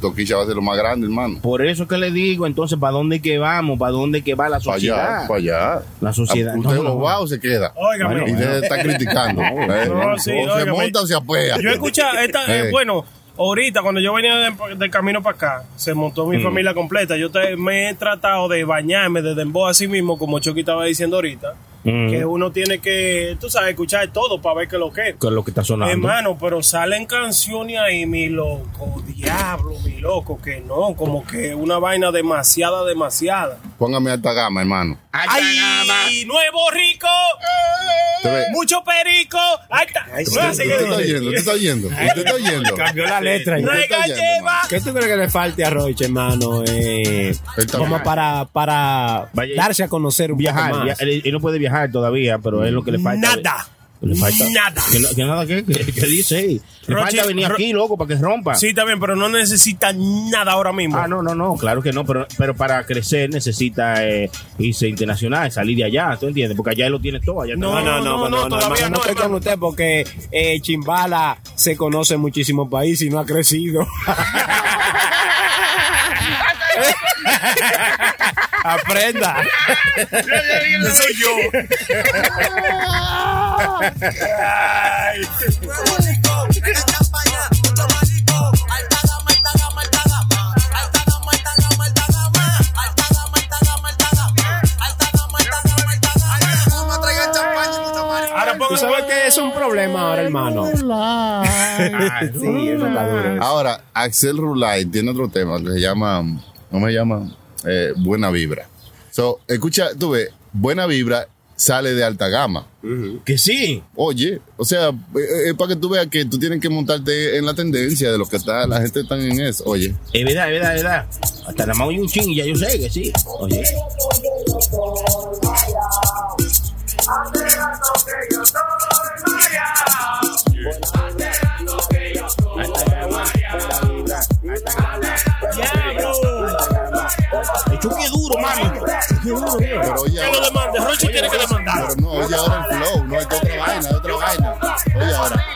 B: Toquilla va a ser lo más grande, hermano.
C: Por eso que le digo, entonces, ¿para dónde que vamos? ¿Para dónde que va la
B: Para allá,
C: sociedad?
B: para allá.
C: La sociedad.
B: Ah, ¿Usted
C: No, no,
B: lo
C: no.
B: va o se queda?
A: Óigame.
B: y usted está
C: [laughs]
B: criticando. ¿eh?
A: No, sí,
B: o se
A: óigame.
B: monta o se apea.
A: Yo escuchaba, esta, eh,
B: Eh.
A: bueno, ahorita cuando yo venía de, del camino para acá, se montó mi familia completa. Yo te- me he tratado de bañarme desde en voz así mismo, como Chucky estaba diciendo ahorita,
C: Mm.
A: que uno tiene que, tú sabes, escuchar todo para ver qué es lo que es.
C: Que es lo que está sonando.
A: Hermano, pero salen canciones ahí, mi loco, diablo, mi loco, que no, como que una vaina demasiada, demasiada.
B: Póngame alta gama, hermano.
A: ¡Ay, nuevo rico!
B: Usted ve-
A: ¡Mucho perico! ¡Ay, está! No,
B: Usted
A: así
B: usted está
A: que-
B: oyendo, usted está oyendo. Usted
A: [laughs]
B: está oyendo.
F: Cambió la letra.
B: Sí.
F: ¿Qué
B: está
A: Rega
B: oyendo,
A: lleva!
F: tú crees que le falte a Roche, hermano? Eh,
B: Está
F: como
B: bien.
F: para, para
C: Vaya-
F: darse a conocer un
C: Viajar.
F: poco
C: via-
F: más.
C: él, él no puede viajar todavía, pero es lo que le falta.
A: Nada.
C: Que Le falta.
A: Nada.
C: Que, no- que nada, que, que- que dice. ahí? Le
A: Rochi-
C: falta venir
A: Ro-
C: aquí, loco, para que rompa.
A: Sí, también, pero no necesita nada ahora mismo.
C: Ah, no, no, no, claro que no, pero, pero para crecer necesita eh, irse internacional, salir de allá, ¿tú entiendes? Porque allá él lo tiene todo. Allá
A: No,
C: está-
A: no, no, no, todavía
F: hermano,
A: no,
F: estoy con
A: hermano.
F: usted porque eh, Chimbala se conoce en muchísimos países y no ha crecido. Aprenda.
A: soy yo. Ahora [laughs]
F: ¿Tú
A: pongan
F: sabes que es un problema ahora, hermano? [laughs] sí, eso está duro.
B: Ahora, Axel Rulay tiene otro tema que se llama, ¿cómo se llama? Eh, buena vibra. So, escucha, tú ves, buena vibra sale de alta gama.
C: Que sí.
B: Oye, o sea, es para que tú veas que tú tienes que montarte en la tendencia de los que está, la gente está en eso. Oye,
C: Es verdad, es verdad, es verdad. Hasta nada más oí un ching y ya yo sé que sí. Oye. El Chucky es duro, mano.
B: Pero oye,
A: Que lo
B: ahora-
A: demande, Rochi tiene que demandar.
B: pero no, oye ahora el flow, no es que otra vaina, es otra vaina. Oye ahora.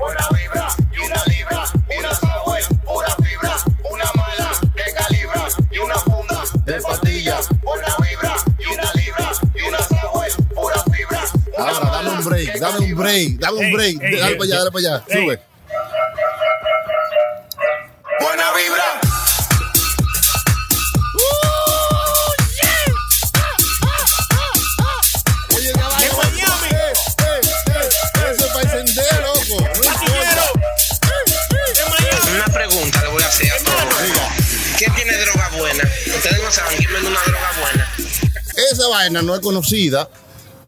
I: Una vibra y una libra, una software, pura fibra, una mala que calibra y una funda de pastillas. Una vibra y una libra y una software, pura fibra.
B: Ahora, dame un break, dame un break, dame un
A: Ey,
B: break.
A: ey,
B: Dale
A: ey.
B: para allá, dale para allá.
A: Ey.
B: Sube.
I: Buena vibra.
B: Oye, caballo.
A: ¡De Miami!
B: Eh, eh, eh, Eso es para encender, loco. No importa.
L: Una pregunta le voy a hacer a todos. ¿Quién tiene droga buena? Ustedes no saben quién vende una droga buena.
B: Esa vaina no es conocida,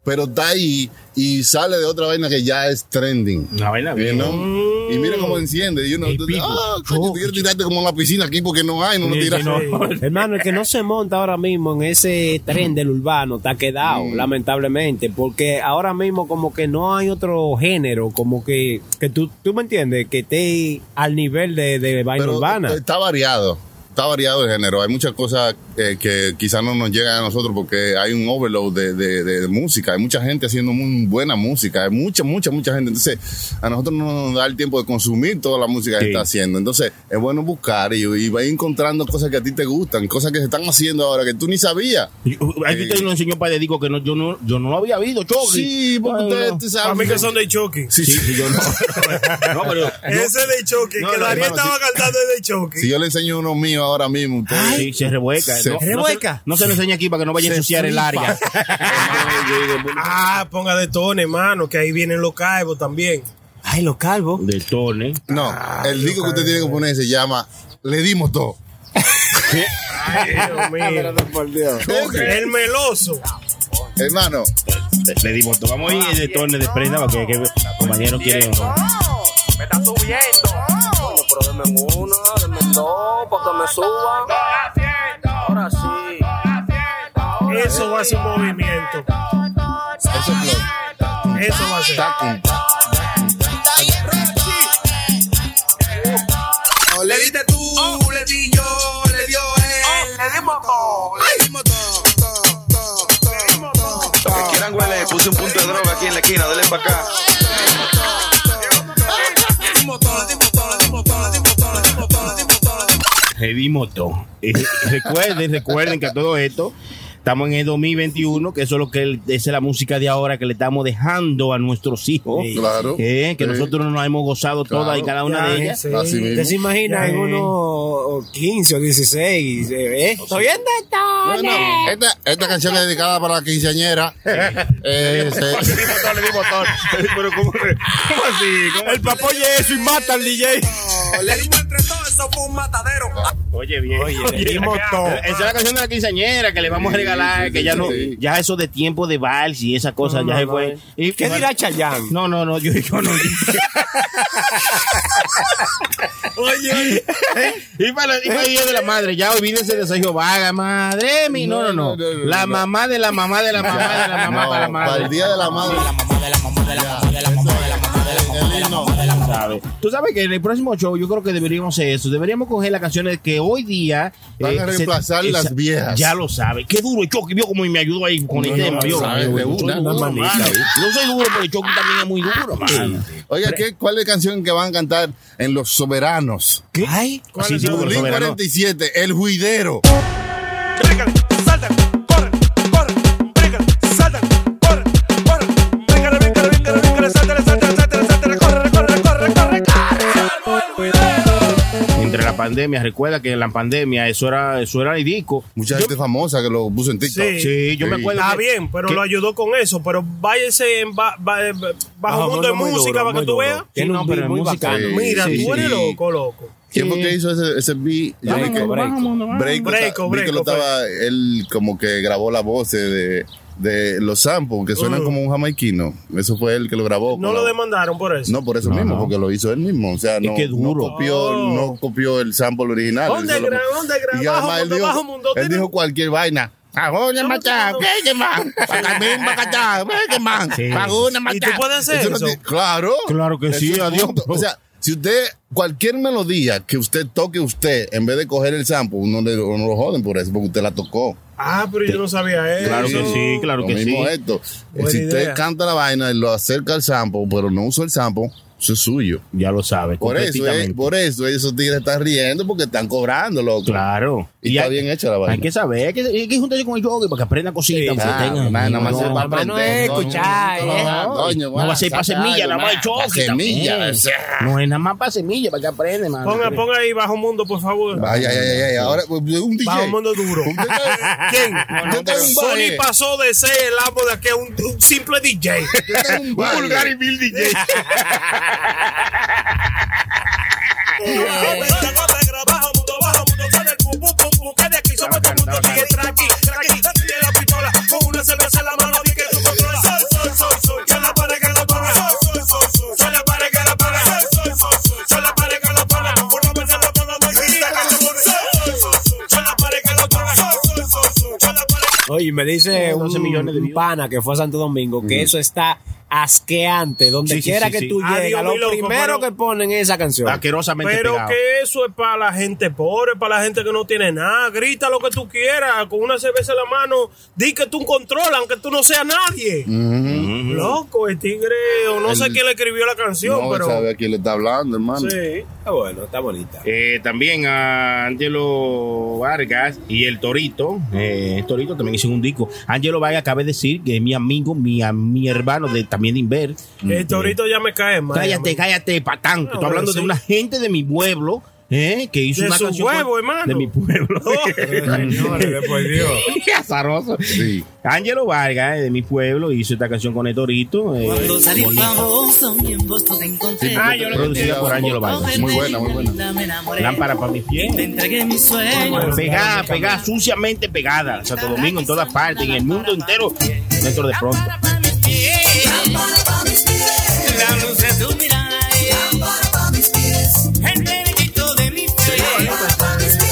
B: pero está ahí y sale de otra vaina que ya es trending.
C: Una vaina
B: You
C: Ah, bien.
B: know? Y mira cómo enciende. Y uno,
C: El pico.
B: ah, coño, te quiero tirarte como en la piscina aquí porque no hay, no lo
C: Sí, sí,
B: tiras.
C: no. [laughs]
F: Hermano, el que no se monta ahora mismo en ese tren del urbano está quedado,
C: Mm.
F: lamentablemente, porque ahora mismo como que no hay otro género, como que, que tú, tú me entiendes, que esté al nivel de, de vaina
B: Pero
F: urbana.
C: eh,
B: Está variado. Está variado el género. Hay muchas cosas eh, que quizás no nos llegan a nosotros porque hay un overload de, de- de- de música. Hay mucha gente haciendo muy buena música. Hay mucha, mucha, mucha gente. Entonces, a nosotros no nos da el tiempo de consumir toda la música que
C: Sí.
B: está haciendo. Entonces, es bueno buscar y, y va encontrando cosas que a ti te gustan, cosas que se están haciendo ahora que tú ni sabías.
C: Yo-
B: Eh,
C: Aquí te lo enseñó para dedico que no, yo no, yo no lo había visto, Choki.
B: Sí, porque
C: Ay,
B: ustedes
C: no.
B: tú
A: A
B: sabes.
A: mí que son de Chucky.
B: Sí, sí, yo no.
C: No, pero
A: Ese de Chucky,
C: No,
A: que
C: no,
A: la Ariel
B: hermano,
A: estaba cantando es de Chucky.
B: si yo le enseño uno mío ahora mismo, ustedes-
C: Sí, se revuelca.
B: Se
C: No- no se-
F: revuelca.
C: No se lo enseña aquí para que no vaya a
B: Se
C: ensuciar el
B: flipa.
C: área. [laughs]
A: Ah, ponga de tono, hermano, que ahí vienen los caibos también.
F: Ay, los calvos.
C: De Tone.
B: No,
A: Ah,
B: el disco que usted tiene que poner se llama Le dimos todo.
A: Ay, [laughs] Dios mío. El meloso.
B: Hermano,
C: Le- Le dimos todo. Vamos a ir de Tone de prenda para que, que el compañero quiere.
I: Me está subiendo. Coño, pero denme una, denme dos, para que me suba. Ahora sí.
A: Eso va a ser un movimiento.
B: eso es flow.
A: Eso va a ser.
B: Tacum.
I: Le diste tú, le di yo, le dio él. Le dimos todo. Le dimos todo. todo, todo, todo, todo.
L: Los que quieran huele, puse un punto de droga aquí en la esquina, dale para acá.
I: Le dimos todo, le dimos todo, le dimos todo, le dimos todo, le dimos todo, le dimos todo, le dimos
C: Le dimos todo. Eh, recuerden, recuerden que a todo esto. Estamos en el 2021, que eso es lo que el- esa es la música de ahora que le estamos dejando a nuestros hijos.
B: Sí. Claro.
C: Eh, que
B: Sí.
C: nosotros nos hemos gozado
B: Claro.
C: todas y cada una de ellas.
A: Sí.
B: Así mismo.
F: ¿Te se imaginas en
A: Ya, eh.
F: unos 15 o 16? eh, ¿eh? ¿Estoy viendo esto?
B: Bueno, esta, esta canción es dedicada para la
C: [laughs]
B: quinceañera. Eh, se- [laughs]
A: El papá oye eso y mata al DJ.
I: todo. Le dimos entre todos, eso fue un matadero.
B: Ah.
C: [laughs] Oye, bien.
A: le dimos todo.
C: Esa es la canción de la quinceañera que le vamos a
B: Sí,
C: regalar,
B: sí,
C: que
B: sí,
C: ya
B: sí,
C: no,
B: sí.
C: ya eso de tiempo de vals y esa cosa
A: No,
C: ya
A: no,
C: se
A: no.
C: fue. Y-
F: ¿Qué dirá Chayanne?
C: No, no, no, yo, yo no.
A: Oye, oye.
C: y para, y para el día de la madre, ya olvídense de Sergio Vaga, madre mi. No, no, no.
B: No, no, no, no,
C: La
B: no.
C: mamá de la mamá de la mamá de la mamá
B: no,
C: para la
B: para el
C: madre.
B: día de la madre. El himno.
C: ¿Sabe? Tú sabes que en el próximo show yo creo que deberíamos hacer eso. Deberíamos coger las canciones que hoy día. eh,
B: Van a
C: se-
B: reemplazar las
C: esa-
B: viejas.
C: Ya lo sabe. Qué duro el Chucky. Vio como me ayudó ahí con el
B: No, no,
C: tema.
B: lo
C: vio.
B: sabe de
C: Yo soy
B: una.
C: duro,
B: Una
C: mano. Yo soy duro, pero el Chucky también es muy duro, mano.
B: Oiga, ¿qué, ¿cuál es la canción que van a cantar en Los Soberanos?
C: ¿Qué? Ay,
A: ¿Cuál
C: así
A: es
C: sí,
A: la-
C: porque
B: Blink
C: soberano.
B: 47, El Juidero.
I: Brícale, saltan, corre, corre, brícale, saltan, corre, corre, brícale, brícale, brícale, brícale, saltan, saltan, saltan, saltan, corre, corre, corre, corre, corre.
C: Entre la pandemia, recuerda que en la pandemia eso era, eso era el disco.
B: Mucha gente famosa que lo puso en TikTok.
A: Sí.
C: Sí, yo me
B: Sí.
C: acuerdo.
A: Está
C: que-
A: bien, pero
C: que-
A: lo ayudó con eso. Pero váyase en ba- ba- eh, bajo,
C: Ah,
A: mundo de
F: muy
A: música
F: duro,
A: para que
F: muy
A: tú
F: duro.
A: veas.
F: Tiene
C: Sí,
F: un
C: no, pero
F: beat
C: en
F: muy
C: música-
F: bacano.
B: Sí.
A: Mira, tú eres loco, loco.
B: ¿Quién fue que hizo ese, ese beat? Yo vi que- Break,
A: Breco,
B: o sea, vi que
A: Breco
B: lo
A: fue.
B: estaba, él como que grabó la voz de, de los samples que suenan
A: Mm.
B: como un jamaiquino. Eso fue él que lo grabó.
A: No
B: con
A: lo
B: la-
A: demandaron por eso.
B: No, por eso mismo, porque lo hizo él mismo. O sea, no,
C: que duro.
B: no copió,
A: Oh.
B: no copió el sample original. Él solo-
A: Underground, underground,
B: Y
A: bajo
B: además él
A: mundo,
B: dijo,
A: bajo mundo,
B: él
A: tiene-
B: dijo cualquier vaina. Pagona machá, que man,
A: [laughs]
B: pagamen macatá, que man,
C: Sí.
B: pagona
A: ¿Y tú
B: machá.
A: puedes hacer
B: no
A: eso?
B: ti- Claro.
C: Claro que
B: Ese
C: sí,
B: es el
C: adiós,
B: punto.
C: bro.
B: O sea, si usted, cualquier melodía que usted toque usted, en vez de coger el sample, uno, le, uno lo joden por eso, porque usted la tocó.
A: Ah, pero yo no sabía eso.
C: Claro que sí, claro
B: Lo
C: que sí.
B: mismo esto.
A: Buena
B: si usted
A: idea.
B: canta la vaina y lo acerca al sampo, pero no usa el sampo, eso es suyo.
C: Ya lo sabes.
B: Por eso, eh,
C: completamente.
B: por eso esos tigres están riendo porque están cobrando, loco.
C: Claro.
B: Y está bien hecha la vaina.
C: Hay que saber, hay que, hay que juntarse con el yogi para que aprenda cositas. para que
B: Ah,
C: tengan-
B: nada más se
C: No,
B: va a
C: no,
B: aprender.
F: no es escuchar,
B: no,
F: eh.
B: no, coño,
C: no va a ser para
B: saca
C: semilla,
B: algo,
C: nada más
B: nah,
C: el choque.
B: pa' semilla.
C: también.
B: o sea.
C: No es nada más para semilla, para que aprende, mano.
A: Ponga, ponga ahí Bajo Mundo, por favor.
B: Ay, ay, ay, ay, ahora pues, un DJ.
A: Bajo Mundo
C: [laughs]
A: duro.
B: ¿Quién? ¿Quién está en un
A: Sony
B: baile?
A: pasó de ser el amo de aquí a un, un simple DJ.
B: ¿Quién está en un baile?
C: mil DJ.
F: Oye, me dice un,
C: 12 millones de
F: un
C: views.
F: pana que fue a Santo Domingo que eso está asqueante. Donde
C: Sí, sí,
F: quiera
C: sí,
F: que
C: sí.
F: tú
A: Adiós,
F: llegas, lo
A: mi loco,
F: primero
A: pero-
F: que ponen es esa canción.
C: Asquerosamente
A: Pero
C: pegado.
A: que eso es para la gente pobre, para la gente que no tiene nada. Grita lo que tú quieras, con una cerveza en la mano, di que tú controlas, aunque tú no seas nadie. Loco, el tigre, o no sé
B: El-
A: quién le escribió la canción,
B: No
A: pero...
B: sabe a quién le está hablando, hermano.
A: Sí.
F: Está bueno, está bonita.
C: Eh, también a Angelo Vargas y el Torito. Eh, el Torito también hizo un disco. Angelo Vargas acaba de decir que es mi amigo, mi, a- mi hermano de, también de Inver.
A: El torito este, ya me cae mal.
C: Cállate, cállate, patán. que
A: Ah,
C: Estoy
A: bueno,
C: hablando de
A: sí.
C: una gente de mi pueblo eh, que hizo
A: De
C: una
A: su
C: canción.
A: huevo,
C: con-
A: hermano. Oh,
C: De mi
A: [laughs]
C: pueblo.
F: Señores, por Dios.
C: Qué [laughs] azaroso.
B: Sí.
C: Angelo Vargas, eh, de mi pueblo, hizo esta canción con el Torito. eh, bonita.
B: Sí,
C: Ah, yo lo
B: producida
C: entendí. por Ángelo Vargas.
B: Muy buena, muy buena.
C: Lámpara para mis pies. Pegada, pegada, suciamente pegada. En Santo Domingo, en todas partes, en el mundo entero, dentro de pronto.
A: Este,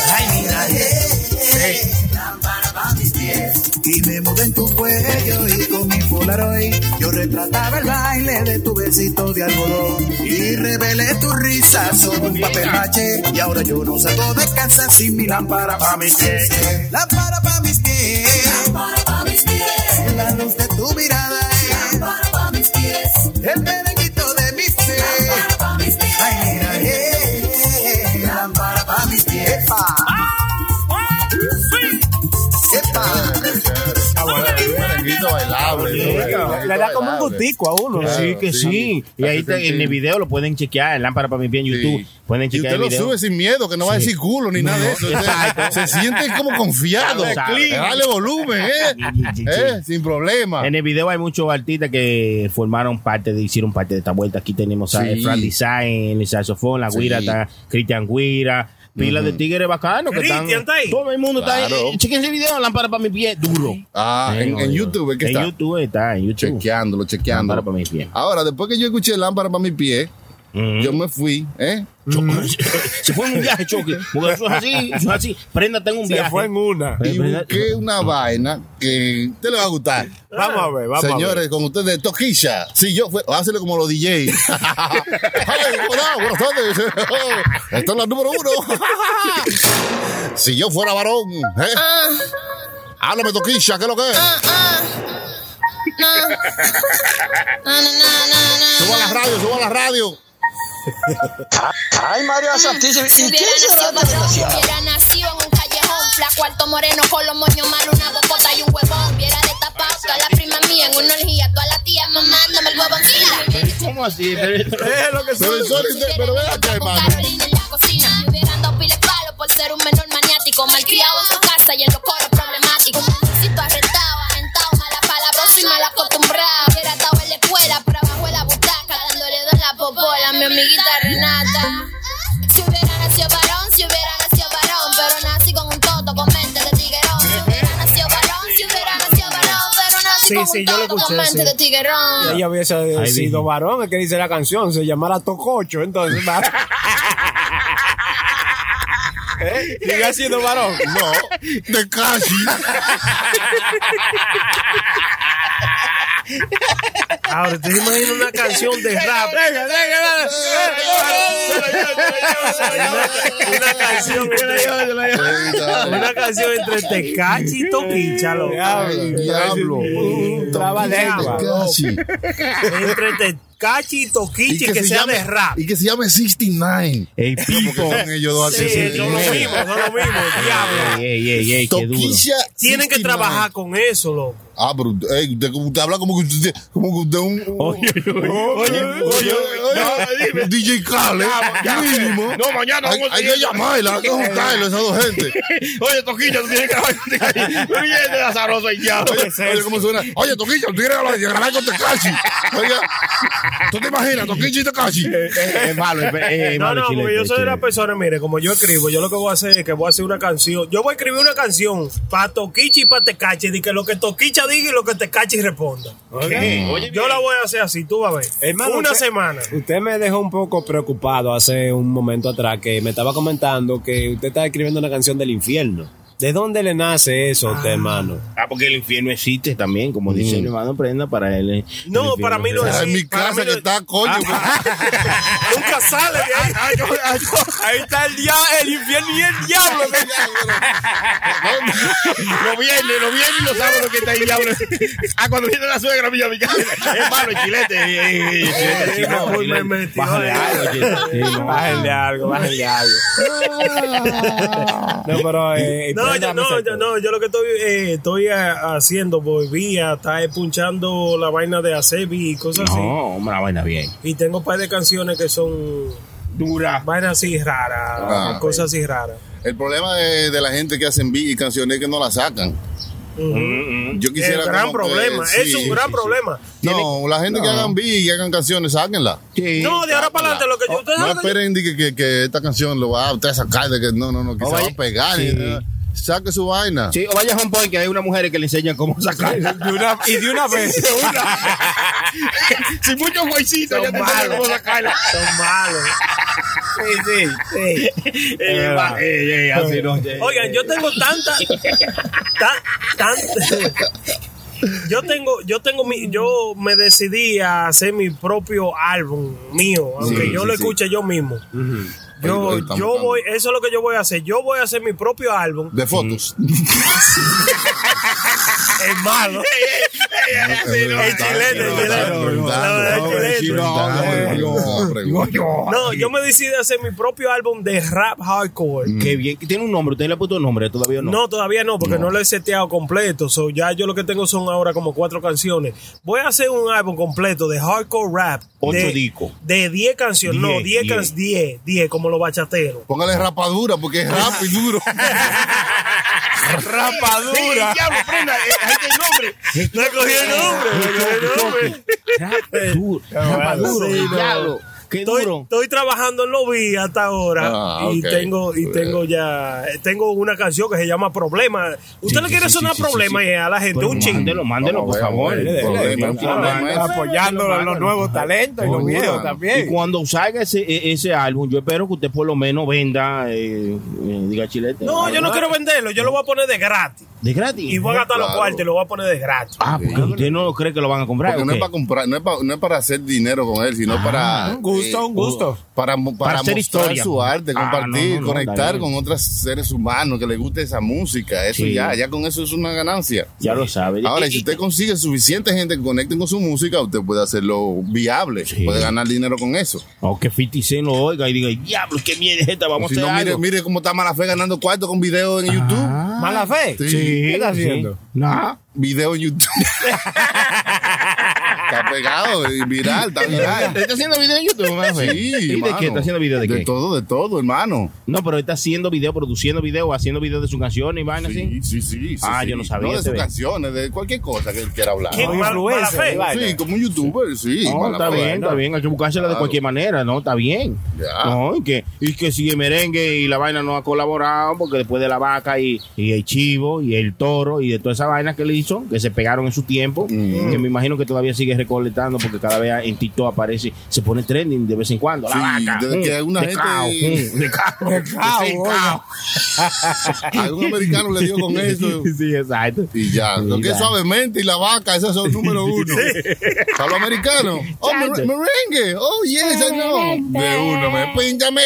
I: Y me mudé en tu cuello y con mi polaroid yo retrataba el baile de tu besito de algodón y revelé tu risa sobre un papel maché y ahora yo no salgo de casa sin mi lámpara para mis pies lámpara para mis pies lámpara para mis pies la luz de tu mirada es lámpara para mis pies el merenguito de mis pies lámpara para mis pies ay mira eh, eh, eh, lámpara para mis pies Epa. Epa.
B: Está bueno, el merenguito bailable.
F: Le da como un gustico a uno.
B: Claro,
C: sí, que sí.
B: sí.
C: Y ahí
B: Hace
C: está, en
B: sentido.
C: el video lo pueden chequear, en Lámpara para mi pie en YouTube.
B: Sí.
C: Pueden
B: Y usted
C: chequear el
B: lo
C: video.
B: sube sin miedo, que no va a decir culo ni nada de eso. Usted se siente como confiado.
C: Ya lo sabe.
B: Dale volumen, ¿eh?
C: Sí, sí, sí.
B: ¿Eh? Sin problema.
C: En el video hay muchos artistas que formaron parte, de, hicieron parte de esta vuelta. Aquí tenemos a
B: Sí.
C: Fran Design, el saxofón, la
B: Sí.
C: guira, está Cristian Guira, pila de tigres bacanos que están.
A: Cristian está ahí.
C: Todo el mundo está
B: Claro.
C: ahí. Eh, Chequen ese video, lámpara para mi pie, duro.
B: Ah,
C: Eh,
B: en,
C: no,
B: en
C: no.
B: YouTube, ¿qué
C: En
B: está?
C: YouTube está, en YouTube.
B: Chequeándolo,
C: Lámpara
B: chequeándolo.
C: para mi pie.
B: Ahora, después que yo escuché Lámpara para mi pie,
C: Mm.
B: yo me fui, ¿eh?
C: Se fue en un viaje, Choque. Porque eso es así, eso es así. Prenda, tengo un
F: Se
C: viaje.
F: fue en una.
B: Y
C: Pero-
B: busqué una vaina que te le va a gustar.
F: Vamos a ver, vamos a ver.
B: Señores, con ustedes, Toquilla. Si yo fue, hazle como los DJs. [laughs] Ay, hola, buenas tardes. [laughs] Esta es la número uno. [laughs] si yo fuera varón, ¿eh? Háblame, Toquilla, ¿qué es lo que es? Suba la radio, suba la radio.
E: Ay, María Santísima.
K: Si
E: ¿Y
K: hubiera
E: quién será esta
K: nacido varón,
E: desgraciada?
K: hubiera nacido en un callejón flaco, alto moreno, con los moños mal, una bocota y un huevón. Hubiera destapado a toda la prima mía en una orgía, toda la tía mamándome el huevoncito.
C: ¿Cómo así? [laughs] Pero-
B: Pero el sol, inte- pero ven acá,
K: Con
B: hermano.
K: Carolina en la cocina, me hubieran dado pile palo por ser un menor maniático, malcriado en su casa y en los coros problemáticos. Si tú arrestado, aventado, mala palabrosa y mal acostumbrada, hubiera estado en la escuela, pero abajo en la butaca, dándole dos la popola, a mi amiguita Renata. Si hubiera nacido varón, si hubiera nacido varón, pero nací con un toto, con mente de tiguerón. Si hubiera nacido varón, si hubiera nacido varón, pero nací
A: Sí,
K: con
A: sí,
K: un
A: yo lo
K: toto, con
A: escuché,
K: mente
A: sí.
K: de tiguerón.
F: Ella hubiese sido varón, es que dice la canción, se llamara Tococho, entonces. varón. ¿Eh? Si hubiera sido varón, no.
B: De casi.
A: Ahora, ¿te imaginas una canción de rap? Una canción entre- Una canción entre Tecachi y Toquicha, loco.
B: Diablo.
A: Traba de agua.
B: Casi.
A: Entre Tecachi y Toquicha y que sea
B: llame,
A: de rap.
B: Y que se llame 69.
C: Ey,
B: Porque
C: Pipo.
B: son ellos dos
A: Sí,
B: así.
A: son lo mismo, son lo mismo, diablo.
C: Ey, ey, ey, ey, qué duro.
B: Toquilla
A: Tienen que
B: 69.
A: trabajar con eso, loco.
B: Ah, pero ey, usted, como- usted habla como que usted, como que usted es un.
C: Oye, oye, oye,
B: oye, oye, DJ Khaled, mínimo.
L: No, mañana
B: Hay,
L: vamos a
B: hay que
L: seguir.
B: llamarla,
C: [laughs]
B: hay que juntarla esas dos gente.
L: Oye, Toquillo, tú tienes que hablar contigo ahí. Tú vienes de azaroso y ya.
B: Oye, oye, ¿cómo suena? Oye, Toquilla, tú tienes que hablar de grabar con Tekashi. Oiga, ¿tú te imaginas, Toquilla y Tekashi?
C: Eh, Es malo, es, es
A: No,
C: malo
A: no,
C: chile, este,
A: porque yo soy
C: chile.
A: una persona, mire, como yo escribo, yo lo que voy a hacer es que voy a hacer una canción. Yo voy a escribir una canción para Toquicha y para Tecachi, de que lo que Toquicha diga y lo que Tecachi responda. Yo la voy a hacer así, tú vas a ver.
F: Hermano,
A: una
F: usted- [laughs]
A: semana.
F: Usted me dejó un poco preocupado hace un momento atrás que me estaba comentando que usted está escribiendo una canción del infierno. ¿De dónde le nace eso a usted, hermano?
C: Ah, porque el infierno existe también, como dice
L: Mm.
C: mi hermano Prenda, para él. eh, el
A: No,
C: infierno
A: para mí no
C: real. [laughs]
A: es
B: Ah, en mi
A: para
B: casa
A: mí
B: que
A: no-
B: está, coño. pues.
A: Nunca sale de ahí.
B: Ah,
F: Ahí está el, infierno y el diablo.
L: Lo viene, lo viene y lo sabe lo que está ahí, diablo. Ah, cuando viene la suegra, mía, mi casa. Es malo, el chilete. eh, eh, eh, chilete,
A: Sí,
L: chilete,
A: no, me
L: chilete.
A: metió
C: Bájale
A: ahí.
C: algo, chile. Sí, no,
F: Bájenle algo, bájenle algo. No, pero. eh,
A: No, yo,
F: préndame
A: no,
F: ese
A: yo, no, yo lo que estoy, eh, estoy eh, haciendo, volví a estar punchando la vaina de Acebi y cosas así.
C: no, hombre, la vaina bien.
A: Y tengo un par de canciones que son
L: Dura.
A: vainas así raras,
B: Ah,
A: cosas así raras.
B: [laughs] El problema de, de la gente que hacen beat y canciones es que no la sacan. Yo
A: Es
B: quisiera
A: un gran
B: como que-
A: problema,
B: sí,
A: es un gran
B: sí, sí.
A: problema.
B: No, la gente que hagan beat y hagan canciones, sáquenla.
C: Sí.
A: No, de ahora para adelante, lo que yo ustedes
B: No
A: saben que yo-
B: esperen de que, que, que esta canción lo va a usted a sacar de que no, no, no, que se va a pegar.
C: sí.
B: y nada. Saque su vaina.
C: Sí, o vaya a Home Point, que hay una mujer que le enseña cómo sacar.
A: [laughs]
F: Y, una- y de una vez.
L: Sin muchos huesitos, ya te sabes cómo sacarla.
A: son malos.
F: Sí, sí.
L: Ey, ey, va, ey, ey, así no. ey,
A: Oigan,
L: ey.
A: yo tengo tanta. ta- tan- yo tengo, yo tengo mi, yo me decidí a hacer mi propio álbum mío, aunque yo lo escuche yo mismo.
B: Ahí- ahí
A: Yo,
B: estamos,
A: yo
B: estamos.
A: voy, eso es lo que yo voy a hacer. Yo voy a hacer mi propio álbum.
B: De fotos. [laughs]
A: Es malo. El chilete, el chilete. No, el chilete. No, yo me decidí a hacer mi propio álbum de rap hardcore.
C: Qué bien. que Tiene un nombre. ¿Usted le ha puesto un nombre? Todavía no. [laughs]
A: No, todavía no, porque no. lo he seteado completo. So, ya yo lo que tengo son ahora como cuatro canciones. Voy a hacer un álbum completo de hardcore rap.
C: Ocho
A: de,
C: discos.
A: De 10 canciones. No,
C: Diez,
A: 10 canciones. 10, 10, como los
B: [laughs]
A: bachateros.
B: Póngale rapadura porque es rap y duro.
L: Sí,
A: Rapadura.
L: diablo, prenda, eh, hay el nombre.
A: No he cogido el nombre. no he cogido el nombre.
C: Rap duro. Rap duro.
A: Sí, no.
C: diablo. Qué
A: Estoy,
C: duro.
A: estoy trabajando en lo vi hasta ahora
B: Ah,
A: y
B: ok.
A: tengo y tengo ya tengo una canción que se llama Problema. ¿Usted
C: Sí,
A: le
C: sí,
A: quiere
C: sí,
A: sonar
C: sí, sí,
A: problema
C: sí.
A: eh, a la gente?
C: Pues
A: un ching.
C: Mándelo, mándelo, por favor.
B: Problema,
C: Dele, dele,
B: problema,
C: dele.
B: problema.
F: Apoyando a los nuevos talentos y los viejos
C: Y
F: también.
C: cuando salga ese, e- ese álbum, yo espero que usted por lo menos venda, eh, eh, diga chilete. Ah,
A: No, yo no quiero venderlo, yo lo voy a poner de gratis.
C: De gratis.
A: Y voy a gastar los
B: Claro.
A: cuartos y lo voy a poner de gratis.
C: Ah, porque usted no cree que lo van a comprar.
B: Porque no
C: ¿o
B: es
C: qué?
B: para comprar, no es para, no es para hacer dinero con él,
C: Ah,
B: sino para.
F: Un gusto,
B: eh,
F: un gusto.
B: Para, mo- para
C: hacer
B: mostrar
C: historia.
B: su arte,
C: Ah,
B: compartir,
C: no, no, no, está
B: conectar
C: bien.
B: con otros seres humanos que les guste esa música. Eso
C: Sí.
B: ya, ya con eso es una ganancia.
C: Ya lo sabe.
B: Ahora,
C: Y-
B: si usted consigue suficiente gente que conecte con su música, usted puede hacerlo viable,
C: Sí.
B: puede ganar dinero con eso.
C: Aunque 50 Cent lo "Oh, oiga y diga, diablo, qué mierda es esta,
B: O
C: vamos
B: si
C: a
B: no,
C: hacer
B: mire,
C: algo. Ah,
B: mire cómo está Mala Fe ganando cuarto con videos en YouTube.
F: Mala fe.
B: Sí.
F: ¿Qué está haciendo?
C: Nah.
B: Video en YouTube. [laughs] está pegado, eh, viral,
C: [laughs]
B: está viral.
C: ¿Está haciendo video en YouTube, más
B: [laughs]
C: fe?
B: Sí,
C: ¿Y de
B: hermano.
C: qué? ¿Está haciendo video de
B: De
C: qué?
B: todo, de todo, hermano.
C: No, pero está haciendo video, produciendo video, haciendo video de su canción y vaina así.
B: Sí, sí, sí. sí,
C: Ah,
B: sí.
C: yo no sabía,
B: No de
C: se
B: sus
C: ve.
B: canciones, de cualquier cosa que él quiera hablar.
A: ¿Quién?
F: Un
A: Mal- mala
F: influencer,
A: fe.
F: y vaina.
B: Sí, como un youtuber, sí.
C: No,
B: Mala
C: Oh, está
B: Fe,
C: bien,
B: ¿no?
C: está bien. Hay que buscársela de
B: Claro.
C: cualquier manera, ¿no? Está bien.
B: Ya.
C: No, y que, y que si el merengue y la vaina no ha colaborado, porque después de la vaca y, y el
B: Mm.
C: chivo y el toro y de toda esa vaina que le hizo, que se pegaron en su tiempo, que me imagino que todavía sigue recolectando porque cada vez en TikTok aparece, se pone trending de vez en cuando.
B: Sí,
C: la vaca.
B: de que
C: mm,
B: alguna
C: de
B: gente-
C: cao, mm, de cao, de
B: cao,
C: cao.
B: oiga.
C: [laughs]
B: Algún americano le dio con eso.
C: Sí, exacto.
B: Y ya, lo que es suavemente y la vaca, esas son número
C: [laughs]
B: uno. Para los americanos. Oh, mer-
C: Chacho.
B: merengue. Oh, yes, I know. De uno, me
C: [laughs]
B: píntame.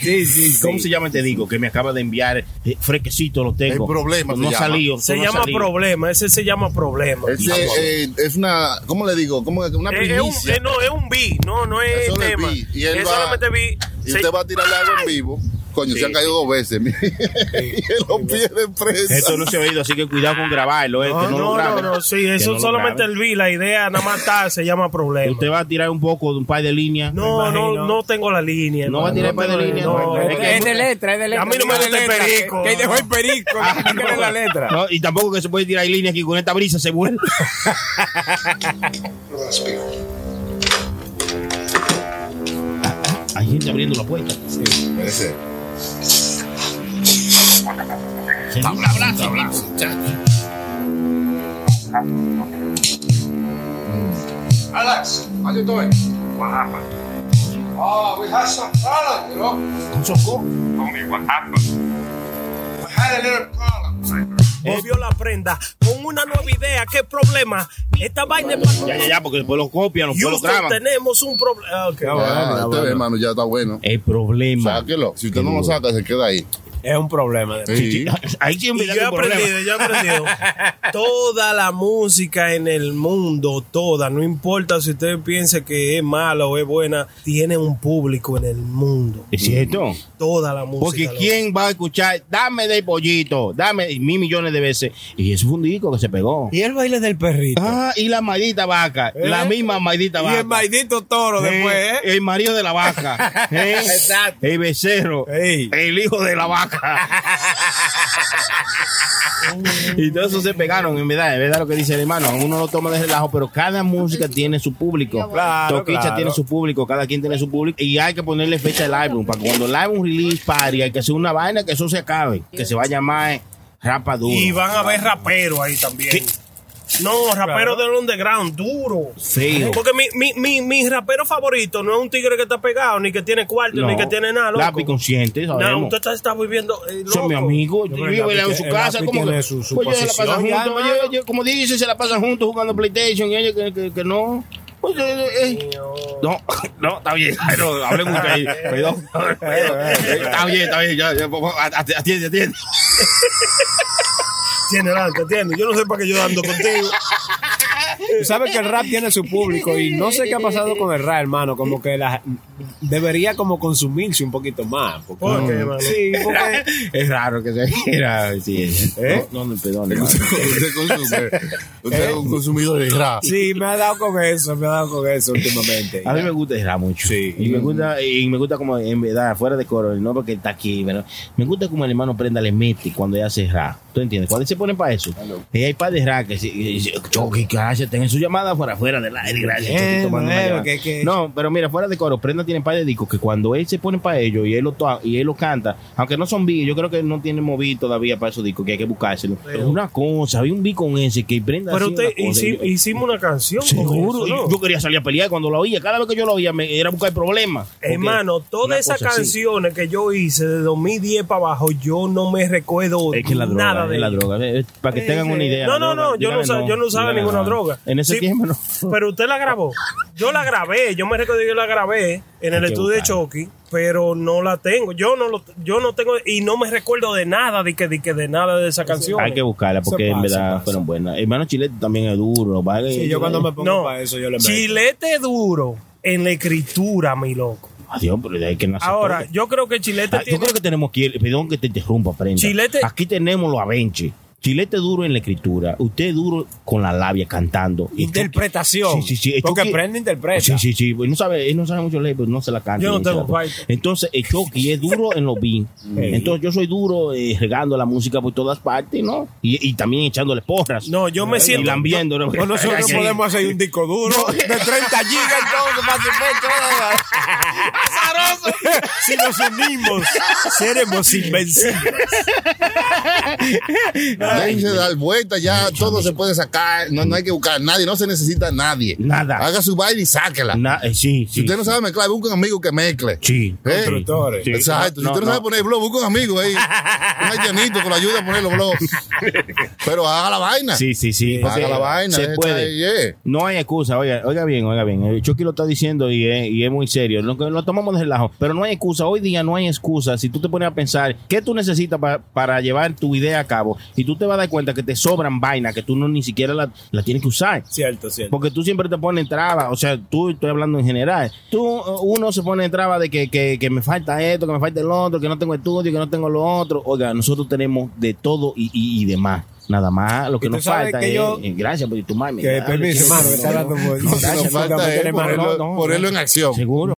C: Sí, sí, ¿Cómo se llama? Te digo que me acaba de enviar eh, fresquecito, lo tengo.
B: El problema se
C: no ha
B: llama.
C: salido.
A: Se
C: no ha
A: llama
C: salido.
A: problema, ese se llama problema.
B: Ese, eh, es una, ¿cómo le digo? Como una
A: Eh, es, un,
B: primicia.
A: eh, no, es un B, no, no es
B: Eso no es
A: tema.
B: B, y él
A: es
B: va-
A: solamente B.
B: Y
A: Se-
B: usted va a tirarle algo en vivo. Coño, se han caído dos veces. mire. [laughs] y él los pies de presa.
C: Esto no se ha oído, así que cuidado con grabarlo. eh, que
A: Ah, no,
C: no,
A: no,
C: lo
A: no,
C: graben.
A: no, sí,
C: Que
A: eso
C: no lo
A: solamente
C: graben.
A: el B, la idea nada más está, se llama problema.
C: Usted va a tirar un poco de un par de líneas.
A: No, no, no tengo la línea.
C: No va a tirar
A: hermano,
C: par de
A: no,
C: líneas.
A: no,
C: Es
F: [laughs]
C: que-
F: Es de letra, es de letra.
A: A mí no me gusta el perico. Ah,
F: Que dejó el perico. que tiene la letra.
C: No, y tampoco que se puede tirar líneas que con esta brisa se vuelve. Hay gente abriendo la puerta.
B: Ese.
C: Tabla, bla, tabla.
E: Alex, how you doing? What happened?
I: Ah,
E: Oh,
I: pues,
E: we had some problem, you know.
I: Only what happened. Pues,
E: We had a little problem.
A: Movió la prenda con una nueva idea. ¿Qué problema? Esta vaina es para-
C: Ya, ya, ya, porque después lo copian, después lo
A: Houston,
C: graban.
A: tenemos un problema. Ah, Ok.
B: Ya, este, hermano, ya está bueno.
C: El problema.
B: Sáquelo. Si usted no lo saca, se queda ahí.
F: Es un problema. de-
B: Sí.
C: Ahí tiene un
A: Y yo he
C: video problema.
A: aprendido, yo he
C: [laughs]
A: aprendido. toda la música en el mundo, toda, no importa si usted piensa que es mala o es buena, tiene un público en el mundo.
C: Es cierto.
A: Toda la música.
C: Porque
A: loco.
C: quién va a escuchar, dame de pollito, dame mil millones de veces. Y eso fue un disco que se pegó.
F: Y el baile del perrito.
C: Ah, y la maldita vaca, la misma maldita
F: y
C: vaca.
F: el maldito toro
C: Eh,
F: después, ¿eh?
C: El marido de la
F: [laughs]
C: vaca. eh,
F: Exacto. Eh,
C: El becerro.
F: Ey.
C: El hijo de
A: [laughs]
C: la vaca. y todos esos se pegaron, en verdad, es verdad lo que dice el hermano. Uno lo toma de relajo, pero cada música tiene su público.
F: Claro,
C: Toquicha
F: claro.
C: tiene su público, cada quien tiene su público. Y hay que ponerle fecha al álbum. Para que cuando el álbum release party, hay que hacer una vaina que eso se acabe. Que se va a llamar Rapa Duro.
A: Y van a ver raperos ahí también. No, raperos del underground, duro. ¿Eh?
C: Sí.
A: Porque mi, mi, mi, mi rapero favorito no es un tigre que está pegado, ni que tiene cuarto, ni que tiene nada, loco.
C: Lápiz consciente,
A: No,
C: sabemos.
A: usted está, está viviendo. eh,
C: Son
A: loco.
C: mis amigos, yo
F: Yo creo
C: vivo
F: que
C: en la- en
F: el
C: su
F: lápiz
C: casa, como
F: tiene
C: que,
F: su- su
C: pues ellos se la pasan
F: posición ya,
C: juntos,
F: hermano.
C: ellos- ellos, como dice, se la pasan juntos jugando PlayStation y ellos que, que, que no. Pues, eh, eh, No, [laughs] no, está bien, Ay, no, hablé mucho
F: [laughs]
C: ahí, [laughs] perdón. Está bien, está bien, ya, ya, vamos, ati- atiende, atiende.
A: Tiene nada, ¿te entiendes? Yo no sé para qué yo ando
C: [laughs]
A: contigo.
F: Tú sabes que el rap tiene su público y no sé qué ha pasado con el rap, hermano. Como que la, debería como consumirse un poquito más. Porque,
A: ¿Por qué, hermano?
F: sí,
A: [laughs]
F: porque
C: Es raro [laughs] que se quiera, sí.
F: ¿Eh?
C: No, [laughs] no, perdón,
B: [laughs]
C: hermano.
B: Usted
C: [laughs] Eh,
B: consume. Usted es un consumidor de rap.
F: sí, me ha dado con eso, me ha dado con eso últimamente.
C: A mí me gusta el rap mucho.
F: Sí.
C: Y me gusta, y me gusta como en verdad, fuera de coro, no porque está aquí, pero me gusta como el hermano Prenda le mete cuando ella hace rap. ¿Tú entiendes? Cuando se pone para eso. Y hay par de rap que se- que se- Chucky, gracias, tengan su llamada fuera, fuera del aire, gracias.
F: Bien,
C: Chucky, tomando una
F: bueno,
C: llamada.
F: que- que-
C: No, pero mira, fuera de coro, Prenda tiene par de discos que cuando él se pone para ellos y él lo to- y él lo canta, aunque no son beats, yo creo que no tiene movido todavía para esos discos, que hay que buscárselo. es una cosa, había un beat con ese que Prenda
A: Pero
C: hacía
A: usted
C: una cosa,
A: hici-
C: yo-
A: hicimos una canción. con
C: Seguro,
A: eso, ¿no?
C: yo quería salir a pelear cuando la oía. Cada vez que yo la oía, me era buscar problemas. Porque
A: Hermano,
C: una
A: todas esas
C: cosa así.
A: canciones que yo hice de 2010 para abajo, yo no me recuerdo
C: Es que la droga,
A: nada
C: es
A: de
C: la
A: ello.
C: droga. eh, eh, Para que tengan una idea.
A: No,
C: la
A: no,
C: droga,
A: no, yo no,
C: díganle
A: usaba- yo no usaba
C: díganle
A: ninguna
C: no.
A: droga.
C: En ese
A: Sí,
C: tiempo no.
A: Pero usted la grabó. Yo la grabé, yo me recuerdo que yo la grabé en el
C: que
A: estudio de
C: buscar.
A: Chucky, pero no la tengo. Yo no lo, yo no tengo y no me recuerdo de nada de que de, que de nada de esa canción.
C: Hay que buscarla porque
F: Se
C: en
F: pasa,
C: verdad
F: pasa.
C: fueron buenas. Hermano Chilete también es duro. ¿vale?
F: Sí, yo cuando me pongo
A: No.
F: para eso, yo le meto.
A: Chilete duro en la escritura, mi loco.
C: Adiós, Ah, pero de ahí que no se
A: Ahora,
C: toque.
A: yo creo que Chilete
C: Ah, yo
A: tiene
C: creo que tenemos que ir. Perdón que te interrumpa, prenda.
A: Chilete-
C: Aquí tenemos los avenches. Chilete duro en la escritura. Usted duro con la labia cantando. Y
F: Interpretación.
C: Sí, sí, sí. El
F: Porque
C: Chucky-
A: e
F: prende interpreta.
C: Pues Sí, sí, sí. Él no sabe, él no sabe mucho leer, pero no se la canta.
A: Yo no
C: se la
A: tengo
C: toca.
A: baile.
C: Entonces, el Chucky es duro en los beats. Entonces, yo soy duro eh, regando la música por todas partes, ¿no? Y, y también echándole porras.
A: No, yo me siento-
C: Y lambiendo. ¿no? [laughs]
F: Pues nosotros
C: Sí.
F: podemos hacer un disco duro de 30 gigas, entonces, más
B: pues,
F: Si nos unimos, seremos invencibles.
A: No,
B: Déjense dar vueltas, ya todo se puede sacar. No, no hay que buscar a nadie, no se necesita a nadie.
C: Nada.
B: Haga su baile y sáquela.
C: Na- eh, sí,
B: Si
C: sí.
B: usted no sabe mezclar, busque un amigo que mezcle. ¿Eh?
C: Sí. Constructores. Sí.
B: Exacto. Si
C: No,
B: usted no,
C: no.
B: sabe poner blog, busque un amigo
C: [laughs]
B: ahí. un haitianito que lo ayude a poner los blogs. Pero haga la vaina.
C: Sí, sí, sí.
B: Haga la vaina.
C: Se
B: esta
C: puede.
B: es, yeah.
C: No hay excusa, oiga, oiga bien, oiga bien. El Chucky lo está diciendo y es, y es muy serio. Lo, lo tomamos de relajo. Pero no hay excusa. Hoy día no hay excusa. Si tú te pones a pensar qué tú necesitas pa- para llevar tu idea a cabo, y tú te vas a dar cuenta que te sobran vainas que tú no ni siquiera la, la tienes que usar.
A: Cierto, cierto.
C: Porque tú siempre te pones trabas, o sea, tú estoy hablando en general. Tú, uh, uno se pone en traba de que, que, que me falta esto, que me falta el otro, que no tengo estudio, que no tengo lo otro. Oiga, nosotros tenemos de todo y, y, y de más. Nada más, lo que
F: Y tú
C: nos
F: sabes
C: falta
F: que
C: es.
F: yo-
C: eh, gracias por tu mami.
F: Que
C: Dale,
F: permiso,
C: qué
F: mano, que está
C: bueno.
F: hablando por-
B: Lo que
F: Gracias,
B: nos
F: por
B: falta es
F: meterle mano.
B: ponerlo,
F: No, no,
B: ponerlo en acción.
C: Seguro.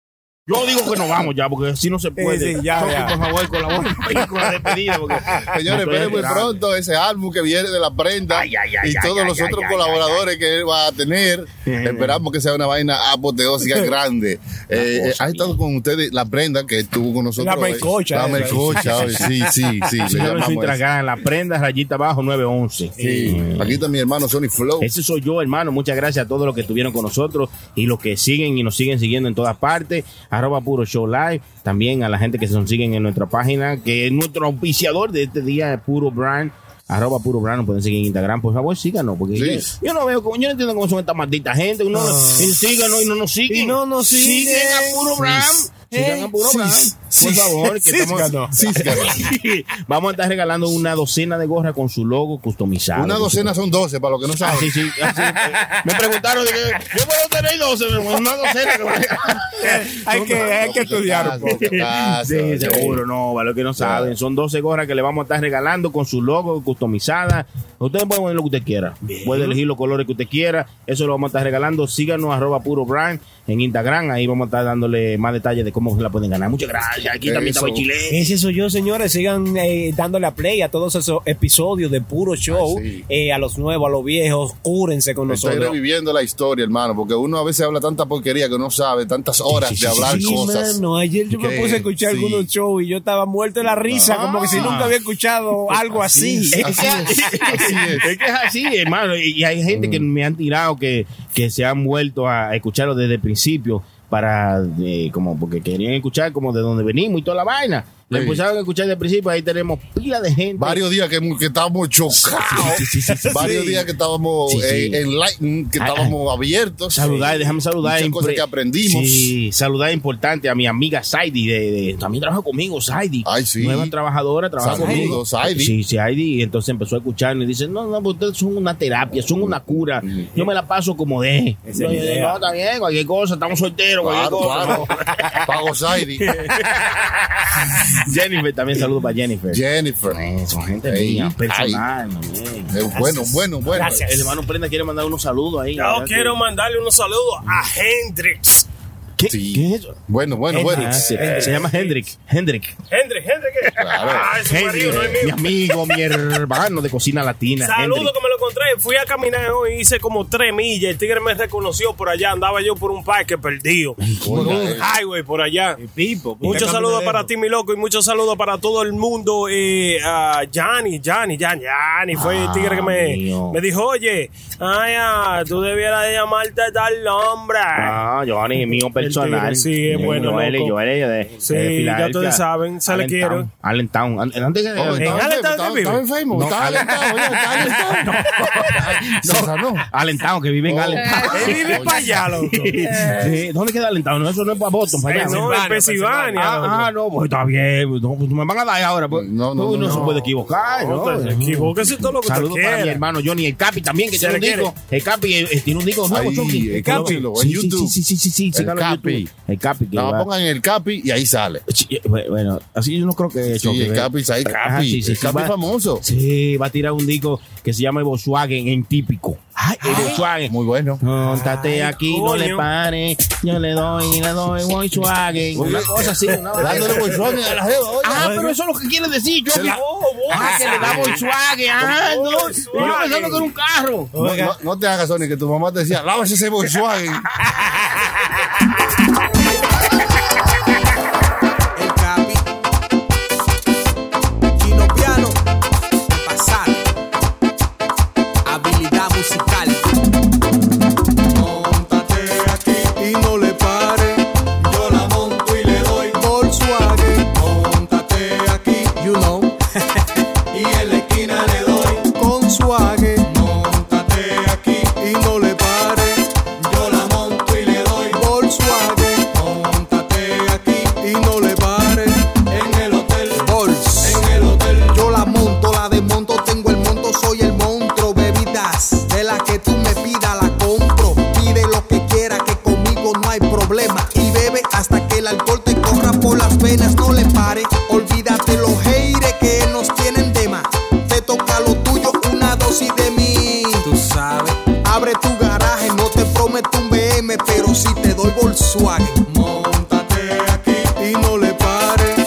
C: Yo digo que nos vamos ya, porque si no se puede.
F: Sí, sí, ya,
C: Toque,
F: ya.
C: por favor,
F: [laughs]
C: colabora con la despedida. Porque
B: Señores,
C: No estoy
B: esperen muy
C: esperando.
B: pronto ese álbum que viene de la prenda
C: Ay, ay, ay,
B: y
C: ay,
B: todos
C: ay,
B: los
C: ay,
B: otros
C: ay,
B: colaboradores que él va a
C: [laughs]
B: tener. Esperamos que sea una vaina apoteósica grande. Eh, eh, ha estado con ustedes la prenda que estuvo con nosotros.
A: La
B: hoy.
A: melcocha,
B: La
A: esa.
B: melcocha, hoy. sí, sí, sí. le
C: [laughs] Señores,
B: llamamos
C: soy
B: eso.
C: Tragán, la prenda rayita abajo 911.
B: Sí. Aquí está mi hermano Sony Flow.
C: Ese soy yo, hermano. Muchas gracias a todos los que estuvieron con nosotros y los que siguen y nos siguen siguiendo en todas partes. Arroba Puro Show Live. También a la gente que se nos siguen en nuestra página, que es nuestro auspiciador de este día, Puro Brand. Arroba Puro Brand. Nos pueden seguir en Instagram. Por favor, síganos. Porque
B: Sí.
C: yo, yo no veo, cómo- yo no entiendo cómo son esta maldita gente. Uno, ellos síganos y no nos siguen.
A: Ah. Y no nos siguen.
C: a Puro Brand. Sigan a Puro Brand. Por favor, que estamos-
B: Sí,
C: [laughs]
B: sí, carnal.
C: vamos a estar regalando una docena de gorras con su logo customizado.
B: Una docena son 12, para los que no
C: Ah,
B: saben.
C: sí, sí, ah, sí. Me preguntaron, de que, yo puedo tener 12, pero una docena.
F: Hay que, hay que estudiar un poco.
C: Ah, Sí,
B: eh,
C: seguro, no, para los que no saben. Son 12 gorras que le vamos a estar regalando con su logo customizada. Usted puede poner lo que usted quiera. Puede elegir los colores que usted quiera. Eso lo vamos a estar regalando. Síganos arroba puro brand en Instagram. Ahí vamos a estar dándole más detalles de cómo se la pueden ganar. Muchas gracias. Aquí también
B: Eso.
C: estaba el chileno.
F: Ese soy yo, señores. Sigan eh, dándole a play a todos esos episodios de puro show.
B: sí.
F: eh, a los nuevos, a los viejos, cúrense con
B: Estoy
F: nosotros.
B: reviviendo la historia, hermano, porque uno a veces habla tanta porquería que no sabe, tantas horas
C: sí, sí,
B: de hablar
F: Sí,
B: cosas.
F: mano, ayer yo me
B: Que-
F: puse a escuchar
B: sí. Ah.
F: algunos shows y yo estaba muerto de la risa, como que si nunca había escuchado algo así.
B: Así es, así es.
C: [laughs] Es que es así, hermano. Y y hay gente que
B: Mm.
C: me han tirado que, que se han vuelto a escucharlo desde el principio para eh, como porque querían escuchar como de donde venimos y toda la vaina. Lo
B: Sí.
C: empezaron a escuchar desde el principio, ahí tenemos pila de gente.
B: Varios días que, que estábamos chocados. Varios días que estábamos
C: Sí, sí.
B: eh, enlightened, que
C: Ah,
B: estábamos abiertos.
C: Saludar,
B: Sí.
C: déjame saludar.
B: Muchas cosas
C: impre-
B: que aprendimos.
C: Sí, saludar importante a mi amiga Saidi. De, de- también trabaja conmigo, Saidi.
B: Ay, sí.
C: Nueva trabajadora, trabaja
B: Saludos,
C: conmigo.
B: Saidi.
C: Sí, sí, Saidi. Y entonces empezó a escucharme y dice: No, no, pues ustedes son una terapia, son una cura.
B: Mm.
C: Yo me la paso como de.
F: es mi idea.
C: no, está bien, cualquier cosa, estamos solteros,
B: Claro,
C: cualquier cosa.
B: claro. Pago Saidi.
C: [laughs] Jennifer, también saludo para Jennifer. Eh,
B: Jennifer.
C: Son gente
B: Ey,
C: mía,
B: ay.
C: personal. man.
B: Eh, bueno, bueno, bueno. Eh,
C: El hermano Prenda quiere mandar unos saludos ahí.
A: Yo quiero mandarle unos saludos a Hendrix.
C: ¿Qué,
B: Sí.
C: ¿Qué es eso?
B: Bueno, bueno, bueno. pues, Eh,
C: Ah, sí. Se llama Hendrik. Hendrik.
A: Hendrix, Hendrix. ¿qué?
B: Claro.
A: Ah, es su marido,
C: [laughs]
A: no es
C: mi
A: mío.
C: amigo, mi hermano de cocina latina.
A: Saludos
C: Hendrik.
A: que me lo encontré. Fui a caminar hoy, hice como tres millas. El tigre me reconoció por allá. Andaba yo por un parque perdido. Por
B: Oiga,
A: un
B: eh.
A: highway por allá.
F: Pipo,
A: Muchos saludos para ti, mi loco, y muchos saludos para todo el mundo. Eh, a Gianni, Gianni, Gianni, Gianni, fue el tigre que
C: mío.
A: me, me dijo, oye, ay, ah, tú debieras de llamarte tal nombre.
C: Ah, Giovanni es mío personal.
A: tigre, sí, es
C: Eh,
A: bueno,
C: Joel,
A: loco.
C: Joel, yo de,
A: Sí,
C: de
A: ya
C: Filadelfia.
A: ustedes saben, se le
C: Allentown,
A: quiero.
C: Allentown. An- Antes que
B: Oh,
A: ¿En
B: estaba
A: Allentown está
B: enfermo, estaba-
A: vivo?
B: estaba enfermo,
C: No,
B: estaba alentado, oye,
C: [laughs]
B: estaba alentado. [laughs] Se sanó.
C: Allentown, que vive en
B: Oh. [laughs] Eh.
C: Allentown.
A: Él vive
B: Oye.
A: para
C: [laughs]
A: allá, loco.
C: Sí, ¿Dónde queda Allentown? No, eso no es para Boston, para allá.
A: Eh, no, en Pensilvania.
C: Ah, ah,
A: loco.
C: no, pues está bien. pues, No, pues, me van a dar ahora. Pues,
B: No, no,
C: Uy,
B: no,
C: se
B: no.
C: puede equivocar. No,
A: No, pues, te- equivóquese todo lo que
C: Saludos
A: usted
C: para mi
A: quiera.
C: hermano Johnny, el Capi también, que
A: Se
C: tiene un
A: le quiere.
C: disco. El Capi eh, eh, tiene un disco nuevo,
B: Ahí,
C: Chucky.
B: el Capi,
C: Sí,
B: lo- en
C: sí,
B: YouTube.
C: Sí, sí, sí, sí, sí,
B: El
C: sígalo en
B: Capi.
C: YouTube. El Capi. que
B: No,
C: va-
B: pongan el capi y ahí sale.
C: Sí, eh, Bueno, así yo no creo que
B: Sí,
C: Chucky,
B: el
C: eh.
B: capi, ahí
C: Ajá,
B: capi.
C: sí, sí,
B: el
C: sí,
B: capi
C: va-
B: famoso.
C: Sí, va a tirar un disco que se llama Volkswagen en típico. Ay, el Volkswagen.
B: Muy bueno.
C: Montate aquí, no le
A: coño.
C: pare. Yo le doy, le doy Volkswagen. Una cosa así, una
B: Dándole bolsones a la jeva, oye.
C: Ah, pero eso es lo que quiere decir, Chucky.
A: Oh, wow.
C: Ah, que le da Volkswagen. Ah, no.
A: Volkswagen.
C: Yo pensando que era un carro.
B: No, no- no te hagas, Sony, que tu mamá te decía, lávase ese Volkswagen.
M: El Capi. Gino Piano. Pasar.
F: musicales. Montate aquí y no le pare. Yo la monto y le doy Volkswagen. Montate aquí, you know. y en la esquina le doy con suague. Montate aquí y no le pare. Yo la monto y le doy Volkswagen. Montate aquí y no le pare. En el hotel, Vols. En el hotel, yo la monto, la desmonto, tengo el monto, soy el monstruo. Bebidas de las que tú me pidas, la compro. Pide lo que quiera, que conmigo no hay problema. Y bebe hasta que el alcohol te corra por las venas, no le pare. Olvídate los haters que nos tienen de más. Te toca lo tuyo, una dosis de mí. Tú sabes. Abre tu garaje, no te prometo un BM, pero si te doy Volkswagen. Montate aquí y no le pares.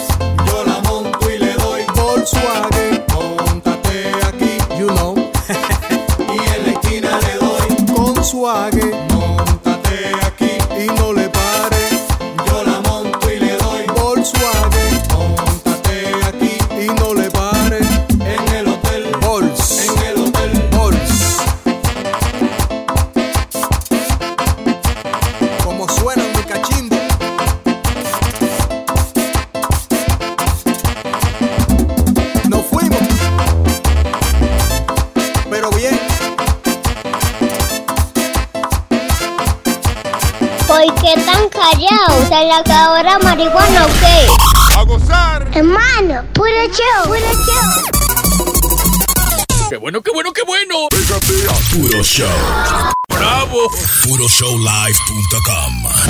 F: Yo la monto y le doy Volkswagen. Montate aquí, you know. y en la esquina le doy Volkswagen. Montate aquí y no le pares. Yo la monto y le doy Volkswagen. Montate aquí y no le pares. En el hotel Vols. En el hotel Vols. Como suena mi cachimbo. Nos fuimos. Pero bien.
K: ¿Por qué tan callados? ¿Se le acabó la marihuana o qué?
N: ¡A gozar!
K: Hermano, puro show, puro show.
O: ¡Qué bueno, qué bueno, qué bueno!
G: Puro show.
O: ¡Bravo!
G: Puroshowlive.com